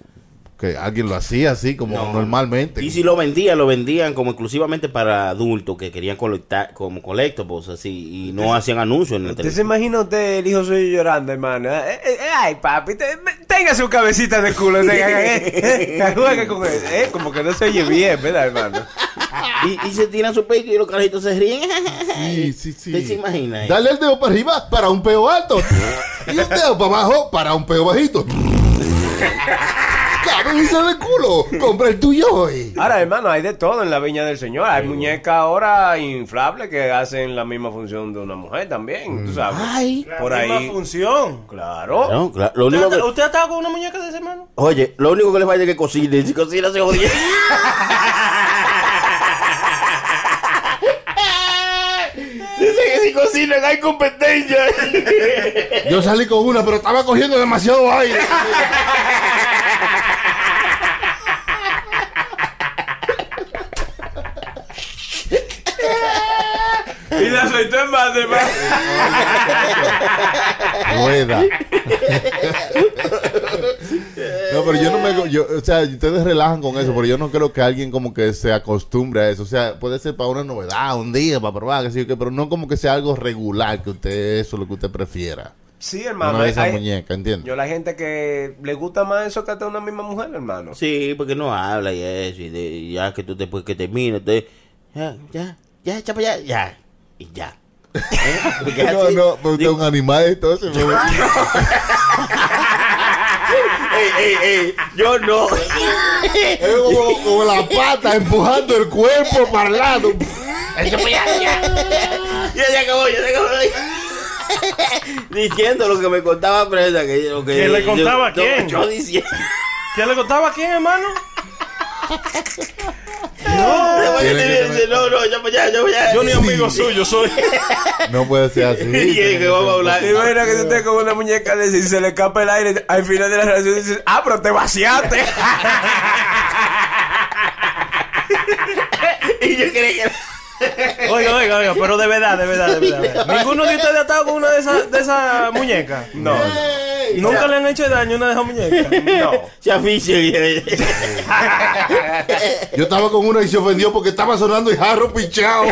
S3: que alguien lo hacía así, como normalmente.
S4: Y si lo vendían, lo vendían como exclusivamente para adultos que querían colectar, como colectables, así, y no hacían anuncios en la
S2: ¿Usted se
S4: televisión.
S2: imagina usted el hijo suyo llorando, hermano? Eh, eh, eh, ay, papi, te- me- tenga su Eh, cabecita de culo. tenga, eh, eh, juegue con él. Eh, como que no se oye bien, ¿verdad, hermano?
S4: y, y se tiran su pecho y los carajitos se ríen.
S3: Sí, sí, sí.
S4: ¿Usted se imagina? eh?
S3: Dale el dedo para arriba para un peo alto. y un dedo para abajo para un peo bajito. Cabeza de culo. Compra el tuyo hoy.
S2: Ahora, hermano, hay de todo en la viña del señor. Hay muñecas ahora inflables que hacen la misma función de una mujer también, tú sabes.
S4: Ay.
S2: por
S1: Mm. La
S2: ahí.
S1: misma función.
S2: Claro.
S4: No, claro, lo
S1: ¿Usted,
S4: único
S1: ha-
S4: que-
S1: usted ha estado con una muñeca de semana?
S4: oye, lo único que le falta es que cocine. Si cocina se jodía.
S9: Dice que si cocinan hay competencia.
S3: Yo salí con una, pero estaba cogiendo demasiado aire.
S2: Y la aceitó en base, pa.
S3: Rueda. No, pero yo no me. yo- o sea, ustedes relajan con eso, pero yo no creo que alguien como que se acostumbre a eso. O sea, puede ser para una novedad, un día, para probar, qué sé yo qué, pero no como que sea algo regular, que usted eso es lo que usted prefiera.
S2: Sí, hermano.
S3: una de esas
S2: hay-
S3: muñecas, ¿entiendes?
S2: Yo la gente que le gusta más eso que hasta una misma mujer, hermano.
S4: Sí, porque no habla y eso. Y de- y ya que tú después que termina, te, ya, ya, ya, chapa, ya, ya. Y ya. ¿Eh? Porque es
S3: No,
S4: así.
S3: no, pero usted es un animal, entonces. ¿no?
S4: Ey, ey, ey, yo no.
S3: Es como, como la pata empujando el cuerpo para el lado.
S9: Ya se acabó, ya se acabó.
S4: diciendo lo que me contaba Prenda. Que, lo que,
S1: ¿Quién le
S4: yo-
S1: contaba a
S4: yo-
S1: quién?
S4: Yo diciendo.
S1: ¿Quién le contaba a quién, hermano?
S3: Tiene que tener-
S4: No, no, ya, ya, ya, ya.
S1: Yo ni amigo suyo soy.
S3: No puede ser así.
S9: es que vamos a hablar.
S2: Imagina que tú estés con una muñeca de si se le escapa el aire, al final de la relación dices, ah, pero te vaciaste.
S4: Y yo creí que.
S1: Oiga, oiga, oiga, pero de verdad, de verdad, de verdad, de verdad. Ninguno de ustedes ha estado con una de esas de esas muñecas.
S2: No,
S1: Nunca le han hecho daño a una de esas muñecas.
S2: no.
S4: Se afiche,
S3: Yo estaba con una y se ofendió porque estaba sonando el jarro pinchado.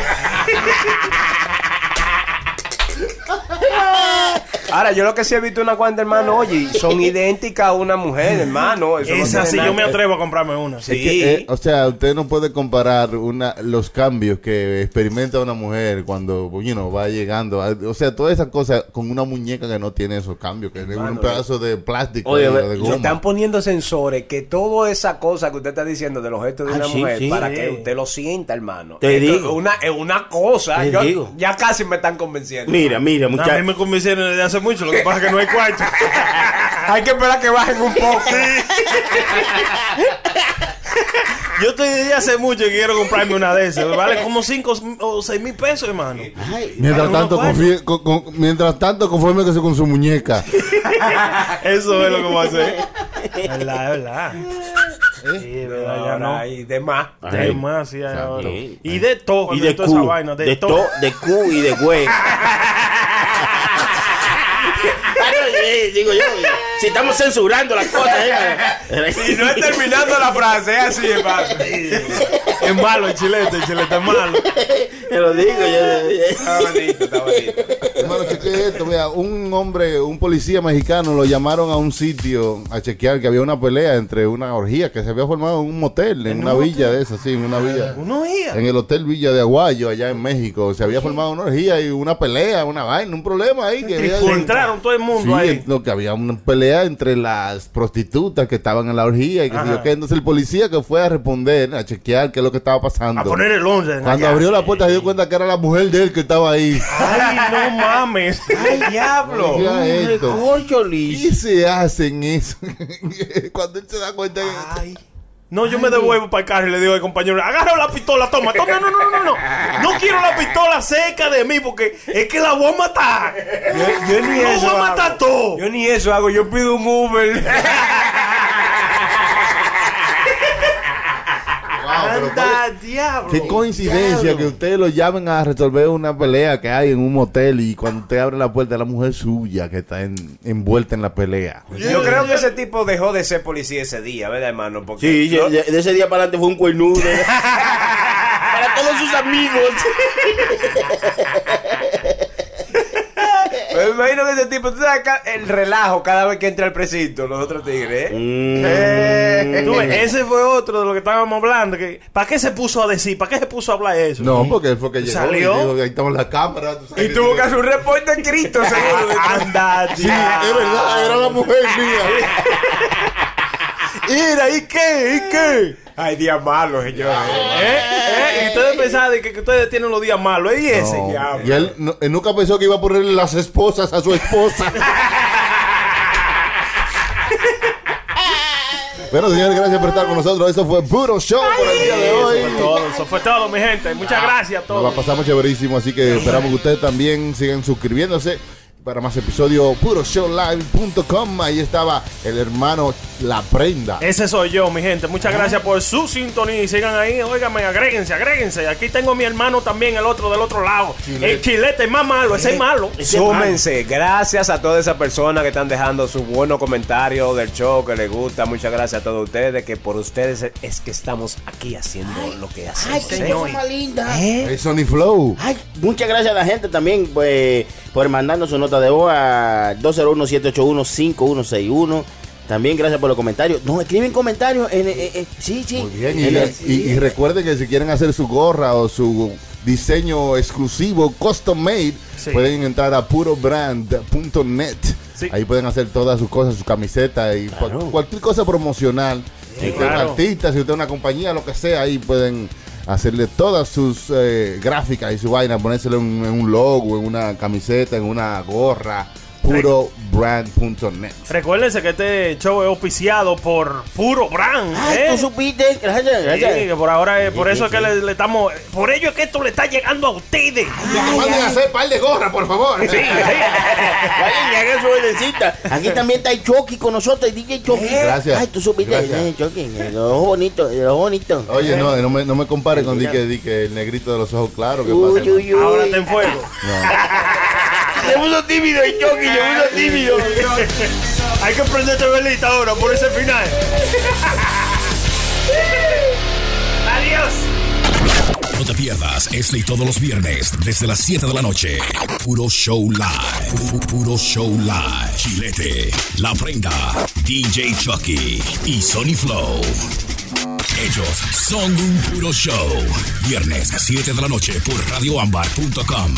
S2: Ahora, yo lo que sí he visto una cuanta, hermano, oye, son idénticas a una mujer, hermano. Eso no
S1: Esa
S2: tiene
S1: sí
S2: nada
S1: yo me
S2: que-
S1: atrevo a comprarme una.
S2: Sí.
S3: Es que,
S4: oh,
S3: eh, o sea, usted no puede comparar una, los cambios que experimenta una mujer cuando you know, va llegando. a- o sea, todas esas cosas con una muñeca que no tiene esos cambios, que es un pedazo de plástico
S4: Oye,
S3: eh,
S4: ve-
S3: de
S2: Le
S3: goma.
S2: están poniendo sensores que toda esa cosa que usted está diciendo de los gestos de
S4: Ah,
S2: una
S4: sí,
S2: mujer
S4: sí.
S2: para
S4: Sí.
S2: que usted lo sienta, hermano.
S4: Te
S2: Esto
S4: digo.
S2: Es una, es una cosa.
S4: Te
S2: Yo-
S4: digo.
S2: Ya casi me están convenciendo.
S4: Mira,
S1: No,
S4: mira,
S1: a mí
S4: muchachos.
S1: me convencieron desde hace mucho, lo que pasa es que no hay cuarto.
S2: Hay que esperar que bajen un poco.
S1: Yo estoy desde hace mucho que quiero comprarme una de esas. Me Vale como 5 o 6 mil pesos, hermano.
S3: Mientras
S1: Uno
S3: tanto,
S1: cuarto.
S3: confie- con- con- mientras tanto, conforme que se con su muñeca.
S1: Eso es lo que voy a hacer. Es verdad, es verdad. Sí, es verdad, ya no.
S2: Ahora, y demás.
S1: De
S4: Ay.
S1: más, sí, ya
S3: Exacto.
S1: ahora. Y de todo,
S4: Y de
S1: toda esa
S4: Q.
S1: vaina, de,
S4: De
S1: todo.
S4: to, de Q y de güey. Ah, no, eh, digo yo, si estamos censurando las cosas, eh.
S2: Y no es terminando la frase, es así, hermano.
S1: Es malo el chilete, el chilete es malo.
S4: Te lo digo, yo-
S2: Está bonito, está bonito.
S3: Hermano, cheque esto. Mira, un hombre, un policía mexicano, lo llamaron a un sitio a chequear que había una pelea entre una orgía que se había formado en un motel, Ah, en, una villa de esas, sí, en una villa.
S1: Uno día.
S3: En el Hotel Villa de Aguayo, allá en México. Se había formado una orgía y una pelea, una vaina, un problema ahí. Que había-
S1: Entraron todo el
S3: Sí,
S1: mundo ahí.
S3: en- lo que había una pelea entre las prostitutas que estaban en la orgía y que
S1: Ajá.
S3: yo qué. Entonces el policía que fue a responder, a chequear qué es lo que estaba pasando.
S1: A poner el orden.
S3: Cuando
S1: allá.
S3: abrió la puerta se dio cuenta que era la mujer de él que estaba ahí.
S1: Ay, no mames.
S2: ¡Ay, diablo!
S3: Oiga esto.
S4: Cócholi.
S3: ¿Qué se hacen eso? Cuando él se da cuenta que...
S1: No, yo me devuelvo para el carro y le digo al compañero, agarra la pistola, toma, toma, no, no, no, no, no. No quiero la pistola cerca de mí porque es que la voy a matar.
S2: Yo, yo ni
S1: No
S2: eso
S1: voy a
S2: hago.
S1: matar todo.
S2: Yo ni eso hago, yo pido un Uber.
S3: Wow, pero
S1: Anda, diablo.
S3: Qué coincidencia que ustedes lo llamen a resolver una pelea que hay en un motel y cuando usted abre la puerta es la mujer suya que está en- envuelta en la pelea.
S2: Yo creo que ese tipo dejó de ser policía ese día, ¿verdad, hermano? Porque
S4: Sí,
S2: yo-
S4: de, de- de ese día para adelante fue un cuernudo. para todos sus amigos.
S2: Pero Me imagino que ese tipo, tú sabes ca- el relajo cada vez que entra al precinto, los otros tigres, ¿eh?
S1: Eh, tú ves, ese fue otro de lo que estábamos hablando. Que, ¿Para qué se puso a decir? ¿Para qué se puso a hablar eso?
S3: No, porque él fue que llegó
S1: Salió.
S3: y dijo, ahí estamos la cámara.
S2: Y tuvo que hacer un reporte escrito, seguro. de- Anda,
S3: Sí, es verdad, era la mujer
S2: Ah.
S3: mía.
S2: Mira, ¿y qué? ¿Y qué? Ay, día malo, señores.
S1: ¿Eh? ¿Eh? Y ustedes pensaban de que, que ustedes tienen los días malos. ¿eh? Y ese.
S3: No, Y él, no- él nunca pensó que iba a poner las esposas a su esposa. bueno, señores, gracias por estar con nosotros. Eso fue Puro Show por el día de hoy.
S1: Eso fue todo, eso fue todo, mi gente. Muchas gracias a
S3: Nos la
S1: todos.
S3: pasamos chéverísimo, así que esperamos que ustedes también sigan suscribiéndose. Para más episodios, puroshowlive.com. Ahí estaba el hermano La Prenda.
S1: Ese soy yo, mi gente. Muchas gracias por su sintonía. Y sigan ahí. Óigame, agréguense, agréguense. Aquí tengo a mi hermano también, el otro del otro lado.
S2: Chilete.
S1: El chilete es más malo, ese es malo. Ese es malo.
S2: Súmense, gracias a todas esas personas que están dejando sus buenos comentarios del show que les gusta. Muchas gracias a todos ustedes, que por ustedes es que estamos aquí haciendo lo que hacemos.
S4: Ay, qué cosa más linda.
S3: El Sony Flow.
S4: Ay, muchas gracias a la gente también pues, por mandarnos su nota de voz a 201-781-5161. También gracias por los comentarios. Nos escriben comentarios. En, eh, eh, sí, sí.
S3: Bien,
S4: En el-
S3: y, y- y recuerden que si quieren hacer su gorra o su diseño exclusivo, custom made,
S1: Sí.
S3: pueden entrar a purobrand.net. Ahí pueden hacer todas sus cosas, sus camisetas y cual- cualquier cosa promocional. Si usted es
S1: claro.
S3: un artista, si usted es una compañía, lo que sea, ahí pueden hacerle todas sus eh, gráficas y su vaina, ponérselo en, en un logo, en una camiseta, en una gorra. purobrand.net.
S1: Recuérdense que este show es auspiciado por Puro Brand.
S4: Ay,
S1: ¿eh?
S4: tú supiste. Gracias, gracias.
S1: Sí, que por ahora es-
S4: Sí,
S1: por eso
S4: sí,
S1: es que le, le estamos, por ello es que esto le está llegando a ustedes.
S3: Manden a hacer par de gorra, por favor.
S1: Sí,
S4: Vayan y hagan su bailecita. Aquí también está el Chucky con nosotros, el DJ Chucky.
S3: Gracias.
S4: Ay, tú supiste.
S3: Gracias.
S4: eh, Chucky, eh, los ojos bonitos, eh, los ojos bonitos.
S3: Oye, no, no me, no me compare con
S4: Mira.
S3: Dique, Dique, el negrito de los ojos claros. que
S4: Uy,
S3: pasa?
S4: uy, uy.
S1: Ahora está en fuego.
S9: Se puso tímido el Chucky, se puso tímido.
S1: Hay que prenderte velita ahora por ese final. Adiós.
S5: No te pierdas este y todos los viernes desde las 7 de la noche. Puro Show Live. Pu- Puro Show Live. Chilete, La Prenda, DJ Chucky y Sony Flow. Ellos son un puro show. Viernes 7 de la noche por radioambar.com.